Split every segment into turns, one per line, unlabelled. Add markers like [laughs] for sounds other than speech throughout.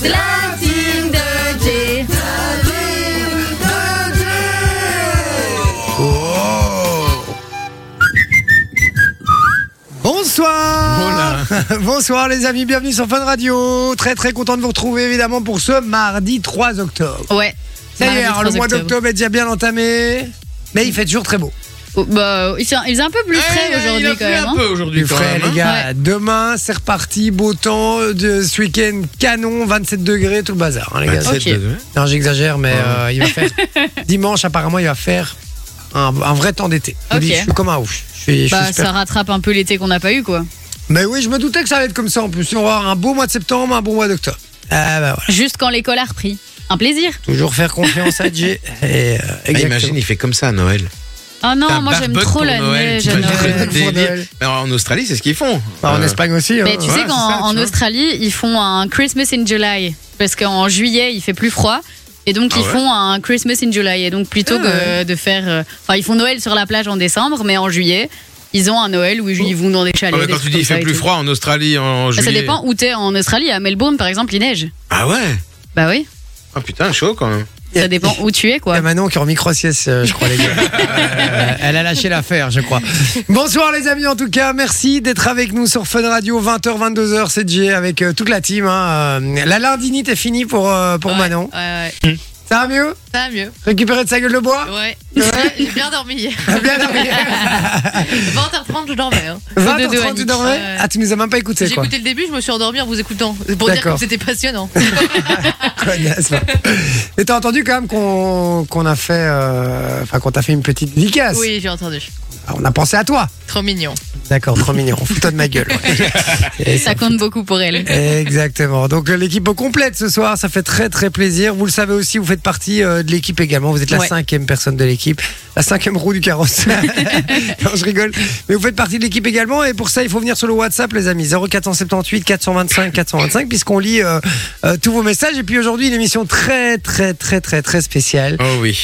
C'est la team de Jay.
Oh
Bonsoir [laughs] Bonsoir les amis, bienvenue sur Fun Radio. Très très content de vous retrouver évidemment pour ce mardi 3 octobre.
Ouais.
Ça y
Mardi
est, alors, le
3
mois d'octobre est déjà bien entamé, mais il fait toujours très beau.
Oh, bah, il s'est il faisait un peu plus frais
Ouais, Ah, il a
aujourd'hui
plu
quand même.
un
hein.
peu aujourd'hui
Du
quand
frais
même, hein.
les gars, demain c'est reparti, beau temps, euh, de ce week-end canon, 27 degrés, tout le bazar hein, les gars.
Ok.
Ah,
Non j'exagère mais
Ouais.
euh, il va faire... Dimanche apparemment il va faire un, un vrai temps d'été. Je vous dis,
Ok.
Je suis comme un ouf. Je suis, je suis
Bah,
super
ça rattrape un peu l'été qu'on n'a pas eu quoi.
Mais oui, je me doutais que ça allait être comme ça en plus. On va avoir un beau mois de septembre, un bon mois d'octobre. Ah bah voilà.
Juste quand l'école a repris. Un plaisir.
Toujours faire confiance à Jay. Et, euh,
Ah,
exactement.
imagine, il fait comme ça à Noël.
Ah non,
T'as
moi j'aime
barbecue
trop
pour
la
Noël,
neige à
t'imagines
Noël.
le
Pour
délire.
Noël.
Mais alors, en Australie, c'est ce qu'ils font.
Bah, en
Euh,
Espagne aussi. hein.
Mais tu
Ouais,
sais
c'est ça,
qu'en
tu
en
vois.
Australie, ils font un Christmas in July. Parce qu'en juillet, il fait plus froid. Et donc,
Ah
ils
ouais
font un Christmas in July. Et donc, plutôt
Ah
que
ouais.
de faire. euh, Enfin, ils font Noël sur la plage en décembre, mais en juillet, ils ont un Noël où ils vont dans des
ah,
chalets.
mais
des
quand
trucs
tu dis il
comme ça
fait
et
plus
tout.
froid en Australie en
Bah,
juillet.
Ça dépend où t'es en Australie. À Melbourne, par exemple, il neige.
Ah ouais
Bah oui,
Ah putain, chaud quand même.
ça dépend où tu es,
Il y a
quoi.
Manon qui est en micro-sieste, euh, je crois, les gars. Euh, elle a lâché l'affaire, je crois. Bonsoir, les amis, en tout cas. Merci d'être avec nous sur Fun Radio, 20h, 22h. C'est Jay avec euh, toute la team. hein. Euh, La lindinite est finie pour, euh, pour
Ouais,
Manon.
Ouais, ouais.
Ça va mieux
Ça va mieux.
Récupérer de sa gueule de bois
Ouais. Ouais, J'ai bien dormi hier.
Ah,
Bien
[laughs]
dormi.
20h30, je dormais. hein.
20h30, tu
Annick.
dormais
Ouais.
Ah, tu nous as même pas écouté,
J'ai
quoi.
écouté le début, je me suis endormie en vous écoutant. C'est Pour dire
D'accord.
que c'était passionnant.
[laughs] Connasse, va. Et t'as entendu quand même qu'on qu'on a fait, euh, enfin qu'on t'a fait une petite dédicace.
Oui, j'ai entendu.
Alors, on a pensé à toi.
Trop mignon.
D'accord, trop mignon. Fous-toi de ma
[laughs]
gueule. ouais. Et
[laughs] Ça compte beaucoup pour elle.
Exactement. Donc euh, l'équipe au complète ce soir, ça fait très très plaisir. Vous le savez aussi, vous faites partie euh, de l'équipe également. Vous êtes la
Ouais.
cinquième personne de l'équipe, la cinquième roue du carrosse. non, je rigole. Mais vous faites partie de l'équipe également. Et pour ça, il faut venir sur le WhatsApp, les amis. 0478 425 425, puisqu'on lit euh, euh, tous vos messages. Et puis aujourd'hui, une émission très très très très très spéciale.
Oh oui.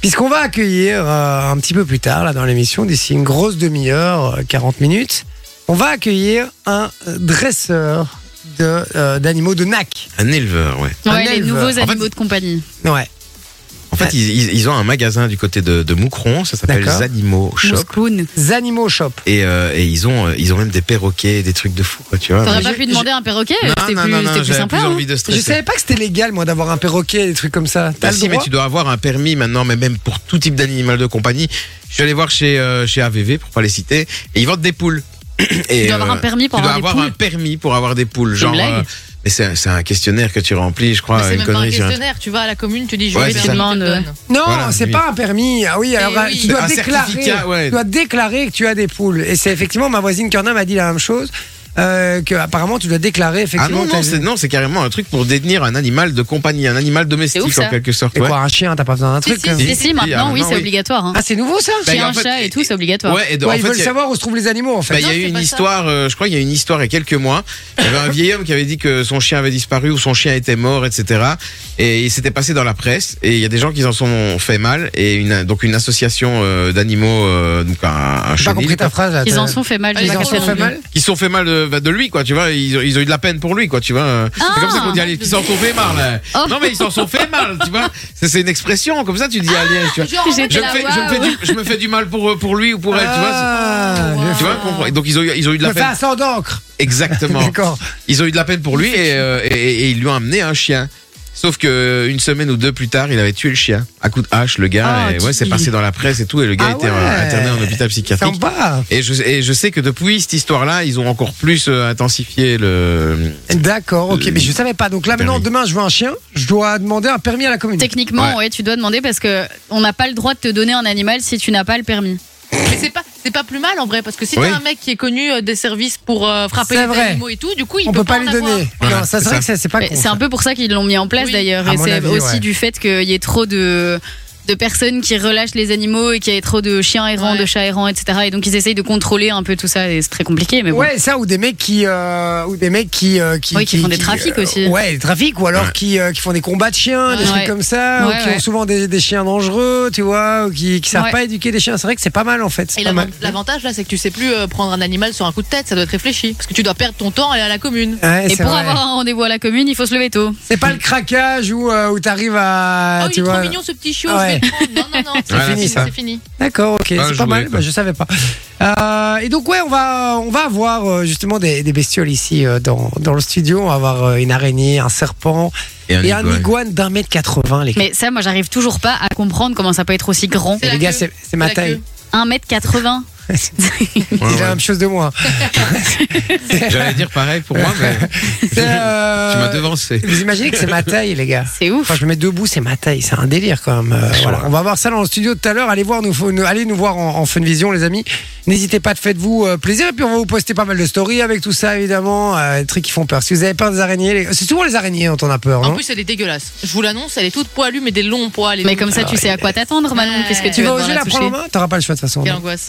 Puisqu'on va accueillir euh, un petit peu plus tard là dans l'émission, d'ici une grosse demi-heure, euh, 40 minutes, on va accueillir un euh, dresseur de, euh, d'animaux de NAC.
Un éleveur, ouais.
Un
Ouais, les
éleveur.
nouveaux
En
animaux
fait,
de compagnie.
Ouais.
En fait, ils, ils- ils ont un magasin du côté de, de Moucron, ça s'appelle
D'accord.
Zanimo Shop.
Mouscloun.
Zanimaux Shop.
Et, euh, et ils, ont, euh, ils ont même des perroquets, des trucs de fou, quoi, tu vois.
T'aurais
Mais-
pas pu demander un perroquet C'était
Ah, non,
plus,
non, non,
c'était plus
j'avais
sympa.
plus
hein.
envie de stresser.
Je savais pas que c'était légal, moi, d'avoir un perroquet et des trucs comme ça. T'as
Bah
le
si, mais
droit
tu dois avoir un permis maintenant, mais même pour tout type d'animal de compagnie. Je suis allé voir chez, euh, chez AVV, pour pas les citer, et ils vendent des poules. [clears throat] Et,
Tu dois avoir
euh,
un permis pour
tu dois
avoir
avoir
des
un
poules.
permis pour avoir des poules. Genre,
blague
euh, mais c'est un- c'est un questionnaire que tu remplis, je crois,
Mais c'est
Ah, une
même pas un
connerie. sur un-
questionnaire. Tu vas à la commune, tu dis je
Ouais,
vais
c'est
faire
ça.
une
Demande,
tonne.
Non,
Voilà,
c'est
oui.
pas un permis. Ah oui, alors
Eh oui.
tu dois
Un
déclarer.
certificat, ouais.
Tu dois déclarer que tu as des poules. Et c'est effectivement ma voisine qui en a m'a dit la même chose. Euh, que apparemment tu dois déclarer
Ah
effectivement.
non,
que t'as
non,
des-
c'est non, c'est carrément un truc pour détenir un animal de compagnie, un animal domestique
ouf,
en
ça.
quelque sorte.
Et
ouais.
quoi, un chien, t'as pas besoin d'un
Si,
truc.
si,
comme-
si,
Si, si,
si, maintenant,
ah,
oui,
non,
c'est
oui.
obligatoire. hein.
Ah c'est nouveau ça.
Bah,
Chien,
en fait,
chat et tout, c'est obligatoire.
Ouais, et de-
Ouais,
en
ils
fait,
veulent
il y a-
savoir où se trouvent les animaux en fait.
Bah, Il y a
Non,
eu
c'est
une
pas ça.
histoire, euh, je crois qu'il y a eu une histoire il y a quelques mois. Il y avait un vieil homme qui avait dit que son chien avait disparu ou son chien était mort, etc. Et il s'était passé dans la presse. Et il y a des gens qui en sont fait mal. Et une, donc une association euh, d'animaux, euh, donc un, un
J'ai pas
chenil,
compris ta phrase là.
Ils
t'as-
en sont fait mal.
Ah,
j'ai
Ils
pas
en sont
capté non
fait
plus.
mal.
qui se sont fait mal de, de lui, quoi. Tu vois, ils, ont- ils ont eu de la peine pour lui, quoi. Tu vois.
Ah.
c'est comme ça qu'on dit, allez, ils s'en sont fait mal. là.
Oh.
Non, mais ils s'en sont fait mal, tu vois. C'est c'est une expression comme ça. Tu dis, allez, tu
Ah,
vois.
Genre, en fait,
Je
J'étais
me,
là,
fais, je, me fais
waouh.
du, je me fais du mal pour, euh, pour lui ou pour elle, tu vois.
Ah,
vois,
le
c'est- Tu vois,
fa-
comprends- donc ils ont, eu- ils ont eu de la
Le
peine.
face en d'encre.
Exactement.
[laughs] D'accord.
Ils ont eu de la peine pour lui et, euh, et- et ils lui ont amené un chien. Sauf que euh, une semaine ou deux plus tard, il avait tué le chien à coups de hache, le gars.
Ah,
et ouais,
qui-
c'est passé dans la presse et tout, et le gars
Ah
était euh,
ouais.
interné en hôpital psychiatrique.
Sympa.
Et je, et je sais que depuis cette histoire-là, ils ont encore plus euh, intensifié le.
D'accord, ok,
Euh,
mais je savais pas. Donc là maintenant,
permis.
demain, je veux un chien. Je dois demander un permis à la commune.
Techniquement,
Ouais.
ouais, tu dois demander parce que on n'a pas le droit de te donner un animal si tu n'as pas le permis.
Mais c'est pas, c'est pas plus mal en vrai, parce que si
Oui.
t'as un mec qui est connu euh, des services pour euh, frapper
C'est
les
vrai.
animaux et tout, du coup, il
On peut pas
en
lui
avoir.
donner.
Voilà,
Non, ça c'est
c'est
vrai que
ça.
ça, c'est pas
Mais
con,
C'est un
ça.
peu pour ça qu'ils l'ont mis en place
Oui.
d'ailleurs.
À
Et
mon
c'est
avis,
aussi
ouais.
du fait qu'il y ait trop de de personnes qui relâchent les animaux et qu'il y ait trop de chiens errants,
Ouais.
de chats errants, etc. Et donc ils essayent de contrôler un peu tout ça et c'est très compliqué. Mais bon.
Ouais, ça ou des mecs qui euh, ou des mecs qui euh, qui, euh,
Oui, qui font des trafics aussi.
ouais, des trafics ou alors
Ouais.
qui euh, qui font des combats de chiens, des
Ouais.
trucs comme ça,
Ouais,
ou qui ont
ouais.
souvent des, des chiens dangereux, tu vois, ou qui qui savent
Ouais.
pas éduquer les chiens. C'est vrai que c'est pas mal en fait. c'est
Et
Ah,
pas
l'avant-
mal.
l'avantage là, c'est que tu sais plus euh, prendre un animal sur un coup de tête, ça doit être réfléchi. Parce que tu dois perdre ton temps à aller à la commune.
Ouais,
Et
c'est
pour
vrai.
avoir un rendez-vous à la commune, il faut se lever tôt.
C'est pas le craquage où euh, où t'arrives à
Ah oui,
tu
il est
vois.
trop mignon ce petit chiot,
Ouais.
je vais le prendre. Non,
[laughs]
non, non, c'est
Voilà,
fini,
c'est ça.
c'est fini.
D'accord, ok,
Ah,
c'est
je
pas
voulais
mal.
pas.
Bah, je savais pas. Euh, et donc ouais, on va on va avoir euh, justement des, des bestioles ici euh, dans dans le studio. On va avoir euh, une araignée, un serpent
Et un
et un
iguane.
iguane d'un mètre quatre vingt. Les gars.
Mais ça, moi, j'arrive toujours pas à comprendre comment ça peut être aussi grand.
C'est
les
la
gars,
queue.
c'est c'est ma
La queue.
taille.
1m80.
Ouais,
C'est la
ouais.
même chose de moi.
J'allais dire pareil pour moi,
[laughs]
mais
C'est, euh,
[laughs] tu m'as devancé.
Vous imaginez que c'est ma taille, les gars.
C'est ouf.
Enfin, je me mets debout, c'est ma taille, c'est un délire quand même. Euh, voilà. On va voir ça dans le studio tout à l'heure. Allez voir, nous, faut- nous- allez nous voir en, en Funvision, les amis. N'hésitez pas, faites-vous euh, plaisir. Et puis on va vous poster pas mal de stories avec tout ça, évidemment. Euh, des trucs qui font peur. Si vous avez peur des araignées, les- c'est souvent les araignées dont on a peur.
En
hein.
plus, elle est dégueulasse. Je vous l'annonce, elle est toute poilue, mais des longs poils. et
Mais
donc-
comme ça, tu sais à quoi t'attendre, Manon,
Ouais.
puisque tu
tu
vas
vas
devoir
oser
euh, la
la prendre en
toucher.
main T'auras pas le choix de toute façon.
Quelle angoisse.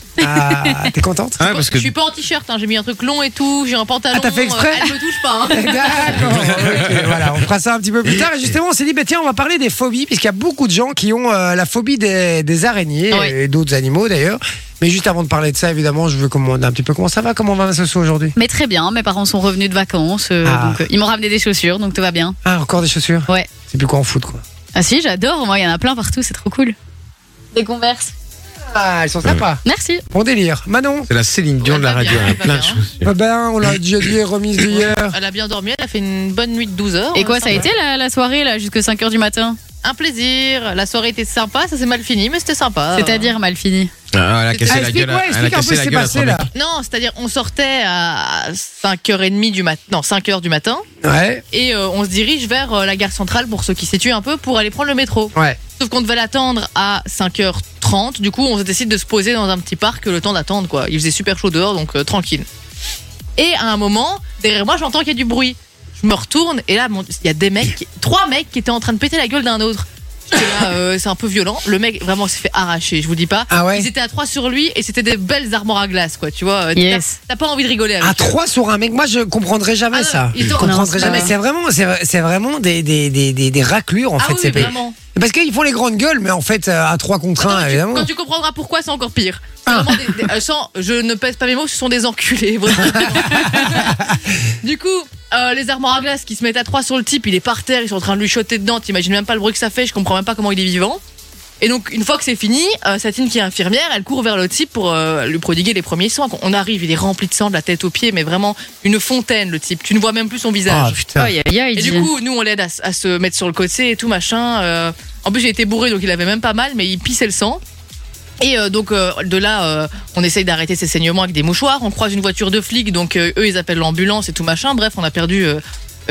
Ah, t'es contente
Ah, parce que
Je suis pas en t-shirt, hein, j'ai mis un truc long et tout, j'ai un pantalon.
Ah, t'as fait exprès
euh, Elle me touche pas. hein.
D'accord. ok, voilà, on fera ça un petit peu plus tard. Et justement, on s'est dit, bah, tiens, on va parler des phobies, puisqu'il y a beaucoup de gens qui ont euh, la phobie des, des araignées
Oui.
et d'autres animaux d'ailleurs. Mais juste avant de parler de ça, évidemment, je veux commander un petit peu comment ça va, comment va ce soir aujourd'hui.
Mais très bien, mes parents sont revenus de vacances, euh,
Ah.
donc euh, ils m'ont ramené des chaussures, donc tout va bien.
Ah, encore des chaussures
Ouais.
C'est plus quoi en foot, quoi.
Ah si, j'adore, moi, il y en a plein partout, c'est trop cool. Des converses.
Ah, elles sont sympas.
Merci.
Bon délire. Manon
c'est la Céline Dion de la
Elle va
radio,
bah
hein.
bien,
elle a plein
elle va
de
bien.
choses.
Eh Ben, on l'a déjà dit, remise d'hier.
Elle a bien dormi, elle a fait une bonne nuit de 12 heures.
Et quoi, ça a
Sympa.
été la, la soirée, là, jusque 5h du matin
Un plaisir. La soirée était sympa, ça s'est mal fini, mais c'était
Ah.
sympa.
C'est-à-dire mal fini.
Ah, elle a cassé
Ah,
la
explique,
gueule. à-
ouais,
elle a
explique un peu
cassé
ce qui
la
s'est
gueule. à
passé
trois
là.
mecs.
Non, c'est-à-dire on sortait à 5h30 du matin, non 5h du matin,
Ouais.
et euh, on se dirige vers euh, la gare centrale pour ceux qui se situent un peu pour aller prendre le métro.
Ouais.
Sauf qu'on devait l'attendre à 5h30, du coup on décide de se poser dans un petit parc le temps d'attendre quoi. Il faisait super chaud dehors donc euh, tranquille. Et à un moment, derrière moi j'entends qu'il y a du bruit. Je me retourne et là mon- il y a des mecs, qui- trois mecs qui étaient en train de péter la gueule d'un autre. J'étais là, euh, c'est un peu violent. Le mec vraiment s'est fait arracher, je vous dis pas.
Ah ouais
Ils étaient à 3 sur lui et c'était des belles armoires à glace, quoi, tu vois. euh, t'as-
Yes.
T'as pas envie de rigoler avec.
À 3 sur un mec, moi je comprendrais jamais
Ah,
ça.
ils
Je
ont-
comprendrais
non,
jamais.
ça-
C'est vraiment, c'est c'est vraiment des, des, des, des, des raclures en
ah
fait
oui,
ces pays.
vraiment.
Parce qu'ils font les grandes gueules, mais en fait, euh, à 3 contre 1,
Quand tu-
évidemment.
Quand tu comprendras pourquoi, c'est encore pire. C'est
Ah.
vraiment des- des- euh, sans- je ne pèse pas mes mots, ce sont des enculés. vraiment.
[laughs]
du coup, euh, les armoires à glace qui se mettent à 3 sur le type, il est par terre, ils sont en train de lui choter dedans. T'imagines même pas le bruit que ça fait, je comprends même pas comment il est vivant. Et donc, une fois que c'est fini, euh, Satine, qui est infirmière, elle court vers le type pour euh, lui prodiguer les premiers soins. Quand on arrive, il est rempli de sang de la tête aux pieds, mais vraiment une fontaine, le type. Tu ne vois même plus son
Ah
visage.
putain.
Aïe, aïe, aïe,
Et
dis.
du coup, nous, on l'aide à, s- à se mettre sur le côté et tout, machin. euh, en plus, il était bourré, donc il avait même pas mal, mais il pissait le sang. Et euh, donc, euh, de là, euh, on essaye d'arrêter ses saignements avec des mouchoirs. On croise une voiture de flics, donc euh, eux, ils appellent l'ambulance et tout, machin. Bref, on a perdu euh,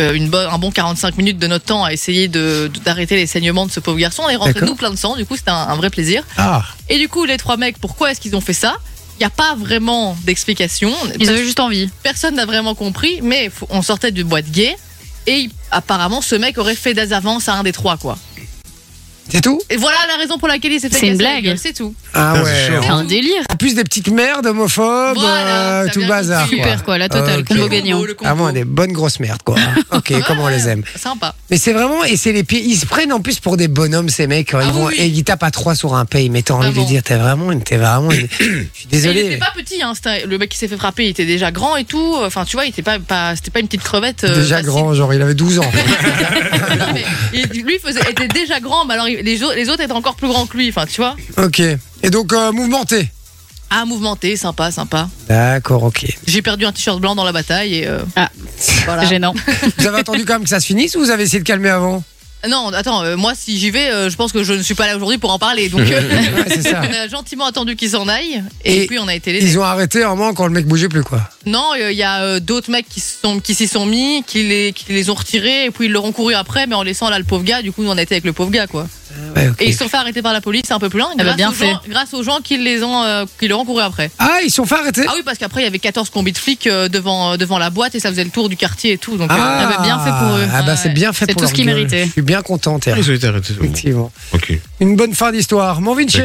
euh, une bo- un bon 45 minutes de notre temps à essayer de- de- d'arrêter les saignements de ce pauvre garçon. On est rentré,
D'accord.
nous, plein de sang, du coup, c'était un- un vrai plaisir.
Ah.
Et du coup, les trois mecs, pourquoi est-ce qu'ils ont fait ça Il n'y a pas vraiment d'explication.
Ils avaient juste envie.
Personne n'a vraiment compris, mais faut- on sortait du boîte gay. Et il- apparemment, ce mec aurait fait des avances à un des trois, quoi.
C'est tout
Et voilà la raison pour laquelle il s'est fait
C'est une
casser la
blague.
gueule, C'est tout.
Ah
Putain,
ouais.
c'est chaud.
C'est un délire.
En plus des petites merdes homophobes,
Voilà,
euh,
ça
tout le
vient
bazar.
tout de suite.
Super, quoi, la totale,
Ok.
combo gagnant.
Le combo.
Ah bon, des bonnes grosses merdes
[laughs]
quoi. ok, comme on les aime.
Ah, Sympa.
Mais c'est vraiment et c'est les pieds. Ils se prennent en plus pour des bonhommes ces mecs. quand
Ah
ils vont
oui, oui.
et ils tapent à 3 sur un pays. Mais t'as envie de lui
Vraiment.
dire t'es vraiment, une- t'es vraiment.
[coughs]
une- Je suis
Et il
désolé.
était pas petit, hein, c'était- le mec qui s'est fait frapper, il était déjà grand et tout. Enfin, tu vois, il était pas, pas- c'était pas une petite crevette. euh,
Déjà
facile.
grand, genre il avait 12 ans.
[laughs] Non, mais il- lui faisait, était déjà grand, mais alors il- les, au- les autres étaient encore plus grands que lui. Enfin, tu vois.
ok. Et donc euh, mouvementé.
Ah, mouvementé, sympa, sympa.
D'accord, ok.
J'ai perdu un t-shirt blanc dans la bataille et euh,
Ah.
voilà.
C'est gênant.
Vous avez attendu quand même que ça se finisse ou vous avez essayé de calmer
[laughs]
avant
Non, attends, euh, moi si j'y vais, euh, je pense que je ne suis pas là aujourd'hui pour en
[laughs]
parler. Donc euh,
Ouais, c'est
[laughs]
ça.
on a gentiment attendu qu'ils s'en aillent et,
Ah. Et
puis on a été les.
Ils ont arrêté un moment quand le mec bougeait plus quoi.
Non, il y a euh, d'autres mecs qui se sont qui s'y sont mis, qui les qui les ont retirés et puis ils leur ont couru après, mais en laissant là le pauvre gars. Du coup, nous, on a été avec le pauvre gars quoi.
Ouais, ok.
Et ils se sont fait arrêter par la police, c'est un peu plus loin,
Elle a Eh ben, bien
aux
fait.
gens- grâce aux gens qui les ont, euh, qui leur ont couru après.
Ah, ils sont fait arrêter.
Ah oui, parce qu'après, il y avait 14 combis de flics euh, devant, euh, devant la boîte et ça faisait le tour du quartier et tout. Donc, euh,
Ah bah, bien fait pour eux.
Ah bah c'est
Ouais.
bien fait
C'est
pour
tout
leur
ce qu'ils
gueule.
méritaient.
Je suis bien content, Terre.
Ils ont été arrêtés. c'est bon.
Effectivement.
Ok.
Une bonne fin d'histoire. Mon Vinci,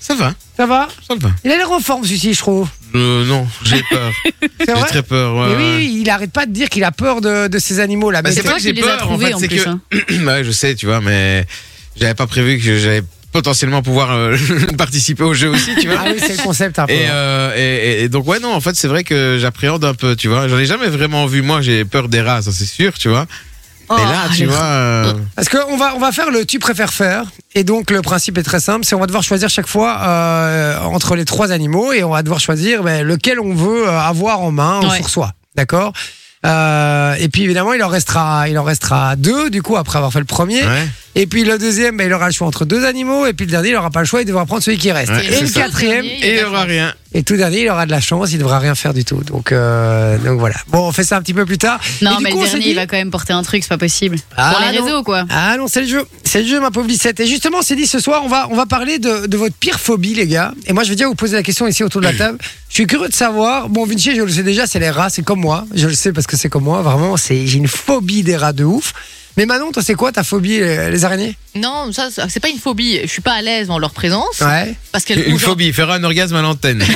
Ça va,
ça va
ça va.
Il a l'air en forme, celui-ci, je trouve.
Euh, non, j'ai peur.
C'est
J'ai
vrai
très peur. ouais,
Mais oui,
ouais.
oui, il arrête pas de dire qu'il a peur de, de ces animaux là.
Bah,
mais
c'est
c'est-
C'est
pas
toi
que
qui
j'ai
les as
peur, en
trouvés
fait,
en,
c'est
plus.
que-
hein.
[clears throat] Bah Ouais, je sais, tu vois, mais j'avais pas prévu que j'allais potentiellement pouvoir euh, [laughs] participer au jeu aussi, tu vois.
Ah oui, c'est le concept un peu.
Et, euh, et- et- et donc ouais non en fait c'est vrai que j'appréhende un peu tu vois j'en ai jamais vraiment vu moi j'ai peur des rats ça c'est sûr tu vois mais
Oh,
là tu
les
vois euh,
Parce qu'on va, on va faire le tu préfères faire. Et donc, le principe est très simple c'est on va devoir choisir chaque fois euh, entre les trois animaux et on va devoir choisir ben, lequel on veut euh, avoir en main euh,
Ouais.
sur soi. D'accord Euh, Et puis, évidemment, il en, restera, il en restera deux, du coup, après avoir fait le premier.
ouais.
Et puis, le deuxième, ben, il aura le choix entre deux animaux. Et puis, le dernier, il n'aura pas le choix il devra prendre celui qui reste.
Ouais,
et
c'est
le
ça.
quatrième,
Et il
et il y
a
aura rien
et tout dernier, il aura de la chance, il devra rien faire du tout. Donc, euh, donc voilà. Bon, on fait ça un petit peu plus tard. Et
Non,
du
mais
coup,
le
on s'est
dernier,
dit-
il va quand même porter un truc, c'est pas possible.
Ah,
pour les
non.
réseaux, quoi.
Ah non, c'est le jeu. C'est le jeu, ma pauvre Lisette. Et justement, on s'est dit ce soir, on va, on va parler de, de votre pire phobie, les gars. Et moi, je vais déjà vous poser la question ici autour de la table. Je suis curieux de savoir. Bon, Vinci, je le sais déjà, c'est les rats, c'est comme moi. Je le sais parce que c'est comme moi. Vraiment, c'est, j'ai une phobie des rats de ouf. Mais Manon, toi, c'est quoi ta phobie, euh, les, les araignées
Non, ça, ça- c'est pas une phobie. Je suis pas à l'aise dans leur présence.
Ouais.
Parce qu'elles
une
bougent,
phobie faire un orgasme à l'antenne
[laughs]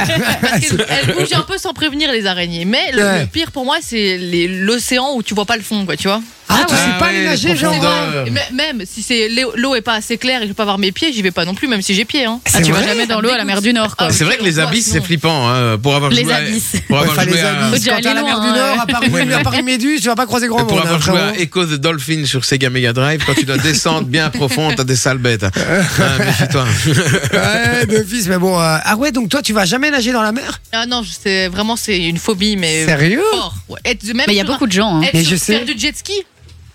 Ah,
parce qu'elles- elles bougent un peu sans prévenir les araignées. Mais le,
Ouais.
le pire pour moi, c'est les- l'océan où tu vois pas le fond, quoi, tu vois.
Ah, tu
ouais.
sais
Ah
pas
ouais,
les
les
nager, genre
profondeurs.
Et mè- Même si c'est l'eau l'eau est pas assez claire et que je peux pas voir mes pieds, j'y vais pas non plus, même si j'ai pied. Hein.
C'est
Ah, tu vas
vrai
jamais
Ça
dans
me
l'eau à la
dégoûte.
mer du Nord, quoi.
Ah,
c'est vrai que les abysses c'est
Non.
flippant hein, pour avoir
Les
joué à-
abysses.
pour avoir
Enfin, les
joué à,
abysses,
Faut déjà
quand t'as
aller
la mer
loin,
du
hein,
Nord,
ouais.
à Paris, à Paris Méduse, tu vas pas croiser grand
pour
monde. hein,
avoir joué
frérot.
à Echo the Dolphin sur Sega Mega Drive quand tu [laughs] dois descendre bien profond t'as des sales [laughs] bêtes ah, méfie-toi
Ouais, de fils, mais bon. euh, Ah ouais, donc toi, tu vas jamais nager dans la mer
Ah non, je- c'est vraiment c'est une phobie, mais oh,
Sérieux
fort. Ouais, être- même
Mais il y a
sur un-
beaucoup de gens. hein.
être
Mais
sur-
je sais.
Faire du jet ski.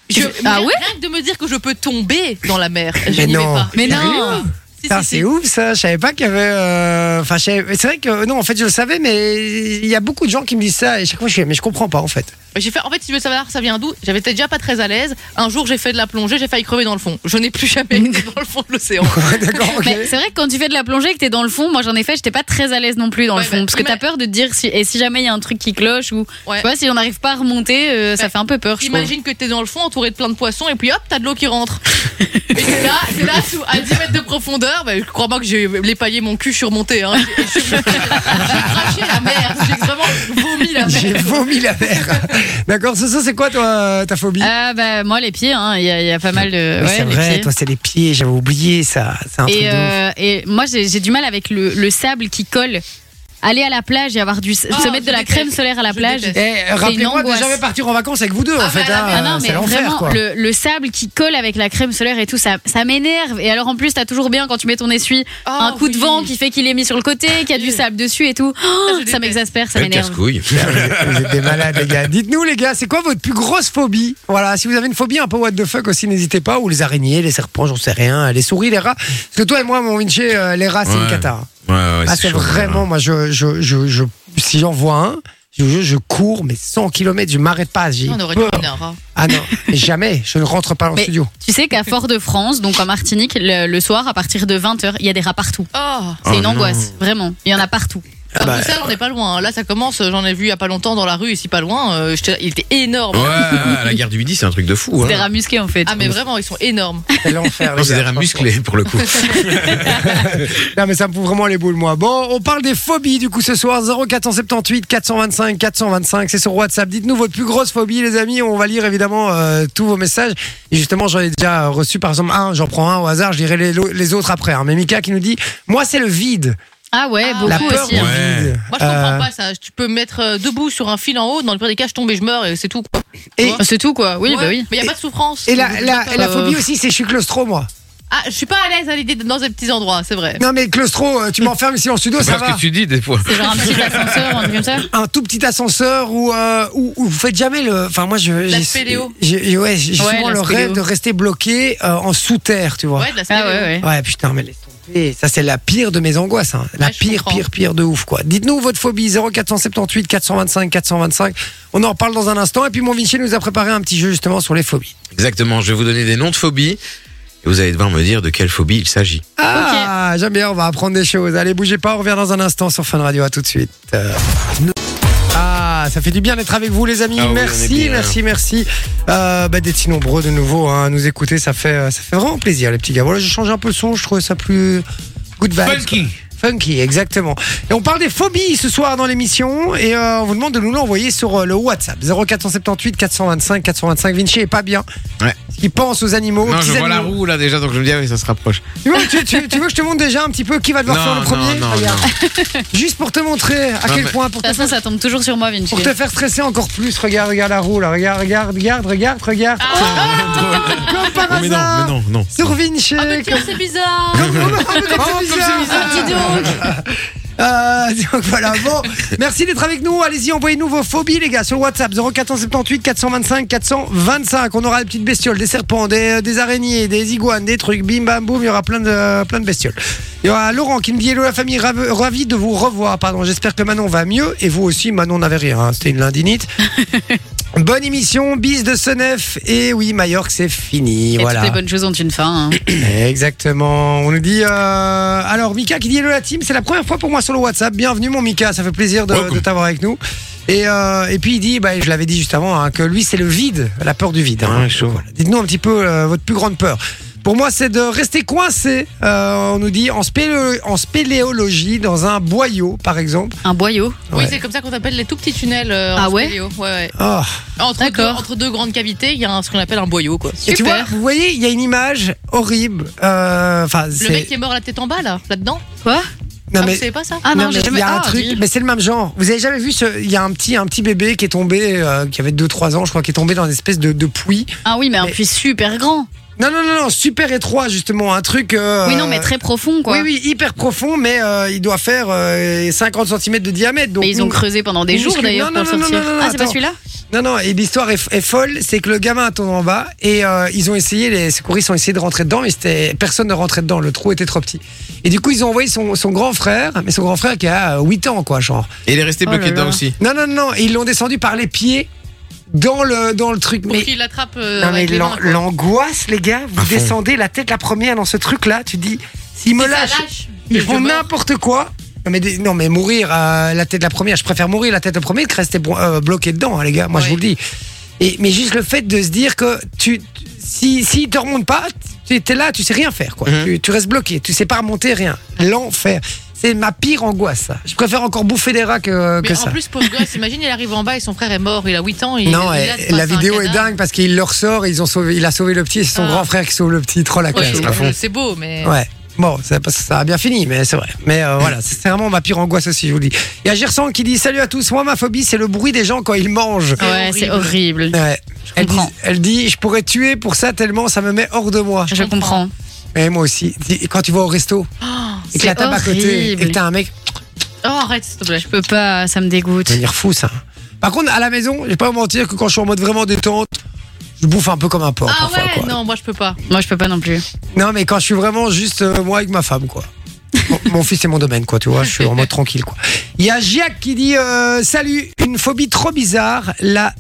Je,
Ah ouais
Rien que de me dire que je peux tomber dans la mer. Je
Mais
n'y vais
non.
pas.
Mais
J'y vais
non.
pas. Si,
Putain,
si,
c'est
si.
ouf ça, je savais pas qu'il y avait. euh, Enfin, je savais- c'est vrai que euh, non, en fait, je le savais, mais il y a beaucoup de gens qui me disent ça et chaque fois je suis, mais je comprends pas en fait. [laughs]
J'ai fait, en fait, si tu veux savoir, ça vient d'où J'avais été déjà pas très à l'aise. Un jour, j'ai fait de la plongée, j'ai failli crever dans le fond. Je n'ai plus
[laughs]
jamais été dans le fond de l'océan.
D'accord, ok.
Mais euh, c'est vrai que quand tu fais de la plongée et que t'es dans le fond, moi j'en ai fait, j'étais pas très à l'aise non plus dans le
Ouais,
fond.
bah,
parce que t'as
ima-
peur de te dire si, et si jamais il y a un truc qui cloche ou.
Ouais.
Tu vois, si on n'arrive pas à remonter, euh, ça
Bah,
fait un peu peur, je trouve.
Imagine que t'es dans le fond, entouré de plein de poissons, et puis hop, t'as de l'eau
[laughs]
qui rentre. et t'es là, t'es là, sous- à 10 mètres de profondeur. Bah, crois-moi que j'ai l'épaillé mon cul, je suis remonté. Hein. J'ai, j'ai- j'ai craché la mer. J'ai vraiment vomi la mer.
J'ai vomi la mer. [laughs] D'accord, ça, c'est quoi toi euh, ta phobie
Ah bah moi les pieds, hein, il y, a- il y a pas mal de.
Oui,
ouais,
C'est
les
vrai,
pieds.
toi c'est les pieds, j'avais oublié ça. C'est un truc
Et,
de ouf.
euh, et moi, j'ai j'ai du mal avec le, le sable qui colle. Aller à la plage et avoir du se
Ah,
mettre
je
de la
déteste.
crème solaire à la
Je
plage.
déteste.
Eh, rappelez-moi de
angoisse.
jamais partir en vacances avec vous deux en
Ah,
fait.
mais à la
hein,
Ah
mer,
non,
euh,
mais
c'est l'enfer
vraiment,
quoi.
le, le sable qui colle avec la crème solaire et tout, ça, ça m'énerve. Et alors, en plus, t'as toujours bien quand tu mets ton essuie un
Oh,
coup de
oui.
vent qui fait qu'il est mis sur le côté, qu'il y a du sable dessus et tout. Oh,
je
Ah ça
déteste.
m'exaspère, ça
Ouais,
m'énerve.
casse-couille
Vous êtes des malades, les gars. Dites-nous, les gars, c'est quoi votre plus grosse phobie Voilà, si vous avez une phobie un peu what the fuck aussi, n'hésitez pas. Ou les araignées, les serpents, j'en sais rien, les souris, les rats. Parce que toi et moi, mon Vinci, euh, les rats, c'est une
Ouais.
cata. hein.
ouais, ouais,
Ah, c'est
chaud, hein.
vraiment, moi, je, je, je, je- si j'en vois un, je, je, je cours, mais 100 km, je m'arrête pas. J'ai
Ah, On aurait dû hein.
peur.
prendre un rat.
Ah non, mais jamais, je ne rentre pas dans le
Mais-
[laughs]
studio.
Tu sais qu'à Fort-de-France, donc en Martinique, le, le soir, à partir de 20h, il y a des rats partout.
Oh.
Ah
C'est
Oh
une
non.
angoisse, vraiment. Il y en a partout.
Ah,
bah,
Bruxelles, on n'est pas loin. hein. Là, ça commence. J'en ai vu il y a pas longtemps dans la rue, ici pas loin. euh, j'étais- il était énorme.
ouais à la guerre du midi c'est un truc de fou
C'est des
hein.
rats musqués, en fait.
Ah, mais vraiment, ils sont énormes.
C'est l'enfer.
non
les
c'est des
gars,
rats
franchement.
musclés pour le coup
Non, mais ça me fout vraiment les boules, moi. Bon, on parle des phobies, du coup, ce soir. 0478 425 425. C'est sur WhatsApp. Dites-nous votre plus grosse phobie, les amis. On va lire, évidemment, euh, tous vos messages. Et justement, j'en ai déjà euh, reçu, par exemple, un. J'en prends un au hasard. Je lirai les, lo- les autres après. hein. Mais Mika qui nous dit Moi, c'est le vide.
Ah ouais,
Ah,
beaucoup
La peur
aussi.
du
hein.
Ouais.
vide.
Moi, je comprends
Euh,
pas ça. Tu peux me mettre euh, debout sur un fil en haut. Dans le pire des cas, je tombe et je meurs et c'est tout. Quoi.
Et-
Tu vois
C'est tout, quoi. Oui,
Ouais,
bah oui.
Mais il n'y a pas de souffrance.
Et la, la,
Euh,
la phobie aussi, c'est je suis claustro, moi.
Ah, je suis pas à l'aise à l'idée d'être dans ces petits endroits, c'est vrai.
Non, mais claustro, euh, tu
[laughs]
m'enfermes ici en studio, ça
parce
va.
que tu dis des fois
C'est genre un petit ascenseur ou un truc comme ça.
un tout petit ascenseur où, euh, où, où vous faites jamais le. Enfin, moi, je.
La
j'ai-
spéléo.
j'ai- Ouais, j'ai
Ouais,
souvent
la
le
spéléo.
rêve de rester bloqué euh, en sous-terre, tu vois.
Ouais, de la
Ah
spéléo.
ouais, ouais.
Ouais, putain, mais laisse tomber. Ça, c'est la pire de mes angoisses. hein. La
Ouais, je
pire,
comprends.
pire, pire de ouf, quoi. Dites-nous votre phobie 0478 425 425. On en reparle dans un instant. Et puis, mon Vinci nous a préparé un petit jeu justement sur les phobies.
Exactement, je vais vous donner des noms de phobies. Et vous allez devoir me dire de quelle phobie il s'agit.
Ah, j'aime bien, on va apprendre des choses. Allez, bougez pas, on revient dans un instant sur Fun Radio, à tout de suite. Euh, no- Ah, ça fait du bien d'être avec vous les amis.
Ah oui, on est
merci,
bien.
merci, merci, Euh, bah, d'être si nombreux de nouveau hein, à nous écouter. Ça fait, euh, ça fait vraiment plaisir les petits gars. Voilà, j'ai changé un peu le son, je trouvais ça plus good vibes. quoi.
Funky.
Funky, exactement. Et on parle des phobies ce soir dans l'émission et euh, on vous demande de nous l'envoyer sur euh, le WhatsApp 0478 425 425. Vinci est pas bien.
Ouais.
Ce qu'il pense aux animaux. aux
non,
petits
je vois la
animaux.
roue là déjà, donc je me dis, ah oui, ça se rapproche.
Tu veux, tu- tu- tu veux que je te montre déjà un petit peu qui va devoir faire
non,
le premier
non, non,
Regarde.
non.
Juste pour te montrer à
Non,
quel
mais-
point, pour
De
te,
toute façon, ça tombe toujours sur moi, Vinci.
pour te faire stresser encore plus. Regarde, regarde la roue là. Regarde, regarde, regarde, regarde, regarde.
Ah.
Comme par
Oh, mais non,
hasard.
mais non, non.
Ah, Sur Vinci.
Ah,
[laughs]
mais
comme-
tiens, c'est bizarre.
Oh, comme c'est bizarre. Ah, Euh, donc voilà, bon, merci d'être avec nous. Allez-y, envoyez-nous vos phobies, les gars, sur le WhatsApp 0478 425 425. On aura des petites bestioles, des serpents, des, euh, des araignées, des iguanes, des trucs, bim bam boum. Il y aura plein de, euh, plein de bestioles. Il y aura Laurent qui me dit Hello la famille, rave- ravi de vous revoir. Pardon, j'espère que Manon va mieux et vous aussi. Manon n'avait rien, hein, c'était une
[laughs]
lindinite. Bonne émission, bis de Senef. Et oui, Majorque, c'est fini.
Et
voilà.
toutes les bonnes choses ont une fin. hein.
Exactement. On nous dit. euh, Alors, Mika qui dit hello la team. C'est la première fois pour moi sur le WhatsApp. Bienvenue, mon Mika. Ça fait plaisir de,
Welcome.
de t'avoir avec nous. Et, euh, et puis, il dit bah, je l'avais dit juste avant, hein, que lui, c'est le vide, la peur du vide. hein. Voilà. Dites-nous un petit peu euh, votre plus grande peur. Pour moi, c'est de rester coincé, euh, on nous dit, en, spéléo- en spéléologie, dans un boyau, par exemple.
Un boyau.
Oui,
Ouais.
c'est comme ça qu'on appelle les tout petits tunnels euh, en
Ah ouais
spéléo. Ouais, ouais.
Ah.
Entre, deux,
D'accord.
entre deux grandes cavités, il y a un- ce qu'on appelle un boyau. Quoi.
Et tu
Super.
vois, vous voyez, il y a une image horrible. euh, Enfin,
Le
c'est.
mec qui est mort la tête en bas, là, là-dedans.
Quoi
Non,
Ah,
mais-
Vous savez pas ça
Ah non,
Non, mais
j'ai
il
jamais.
y a un
Ah,
truc,
dis-
mais c'est le même genre. Vous avez jamais vu ce Il y a un petit, un petit bébé qui est tombé, euh, qui avait 2-3 ans, je crois, qui est tombé dans une espèce de, de puits.
Ah oui, mais un
Mais-
puits super grand.
Non, non, non, non, super étroit, justement. Un truc. euh,
Oui, non, mais très profond, quoi.
Oui, oui, hyper profond, mais euh, il doit faire euh, 50 cm de diamètre. Donc
Mais ils ont creusé pendant des
Une
jours
muscu-
d'ailleurs
Non,
pour
non, non, non,
le sortir.
non, non,
ah, c'est pas
attends.
celui-là
Non, non, et l'histoire est, est folle, c'est que le gamin tombe en bas et euh, ils ont essayé, les secouristes ont essayé de rentrer dedans, mais c'était personne ne rentrait dedans, le trou était trop petit. Et du coup, ils ont envoyé son, son grand frère, mais son grand frère qui a 8 ans, quoi, genre.
Et il est resté
Oh
bloqué
là
dedans
là.
aussi.
Non, non, non, ils l'ont descendu par les pieds dans le, dans le truc.
Pour
Mais,
qu'il l'attrape euh,
non, mais
avec les
l'an-
mains. quoi.
l'angoisse, les gars, vous
À fond.
descendez la tête la première dans ce truc-là, tu dis, s'ils me
Si ça
lâchent,
lâche,
ils
je
font
meurs.
n'importe quoi. Non mais, des- non, mais mourir euh, la tête la première, je préfère mourir la tête la première que rester bro- euh, bloqué dedans, hein, les gars, moi je
Ouais.
vous le dis. Et, mais juste le fait de se dire que tu, tu- si, si te remonte pas, tu es là, tu sais rien faire, quoi.
Mhm.
Tu, tu restes bloqué, tu sais pas remonter, rien. L'enfer. C'est ma pire angoisse, ça. Je préfère encore bouffer des rats que,
Mais
que
en
ça.
plus, pauvre gosse, imagine, il arrive en bas et son frère est mort, il a 8 ans. il-
Non,
il
et-
laisse
et
pas,
la
c'est un
vidéo est
cadavre.
dingue parce qu'il le ressort, et ils ont sauvé, il a sauvé le petit, et c'est son
Ah.
grand frère qui sauve le petit, trop la
Ouais,
classe.
c'est
c'est-
à fond.
c'est beau, mais.
Ouais. Bon, c'est parce que ça a bien fini, mais c'est vrai. Mais euh, voilà, c'est vraiment ma pire angoisse aussi, je vous le dis. Il y a Gersan qui dit Salut à tous, moi ma phobie c'est le bruit des gens quand ils mangent.
Ah,
Ouais, c'est horrible.
Ouais. Elle, dit,
comprends.
elle dit Je pourrais tuer pour ça tellement ça me met hors de moi.
Je comprends.
Et moi aussi. Et quand tu vas au resto et que
c'est
la table à côté et que
horrible.
t'as un mec,
Oh, arrête, s'il te plaît.
Je peux pas, ça me dégoûte.
devenir fou ça. Par contre, à la maison, je vais pas vous mentir que quand je suis en mode vraiment détente, je bouffe un peu comme un porc
Ah
parfois.
ouais,
quoi.
non, moi je peux pas.
Moi, je peux pas non plus.
Non, mais quand je suis vraiment juste euh, moi avec ma femme, quoi. Mon, mon fils c'est mon domaine, quoi, tu vois, je suis en mode tranquille, quoi. Il y a Jacques qui dit euh, Salut, une phobie trop bizarre, la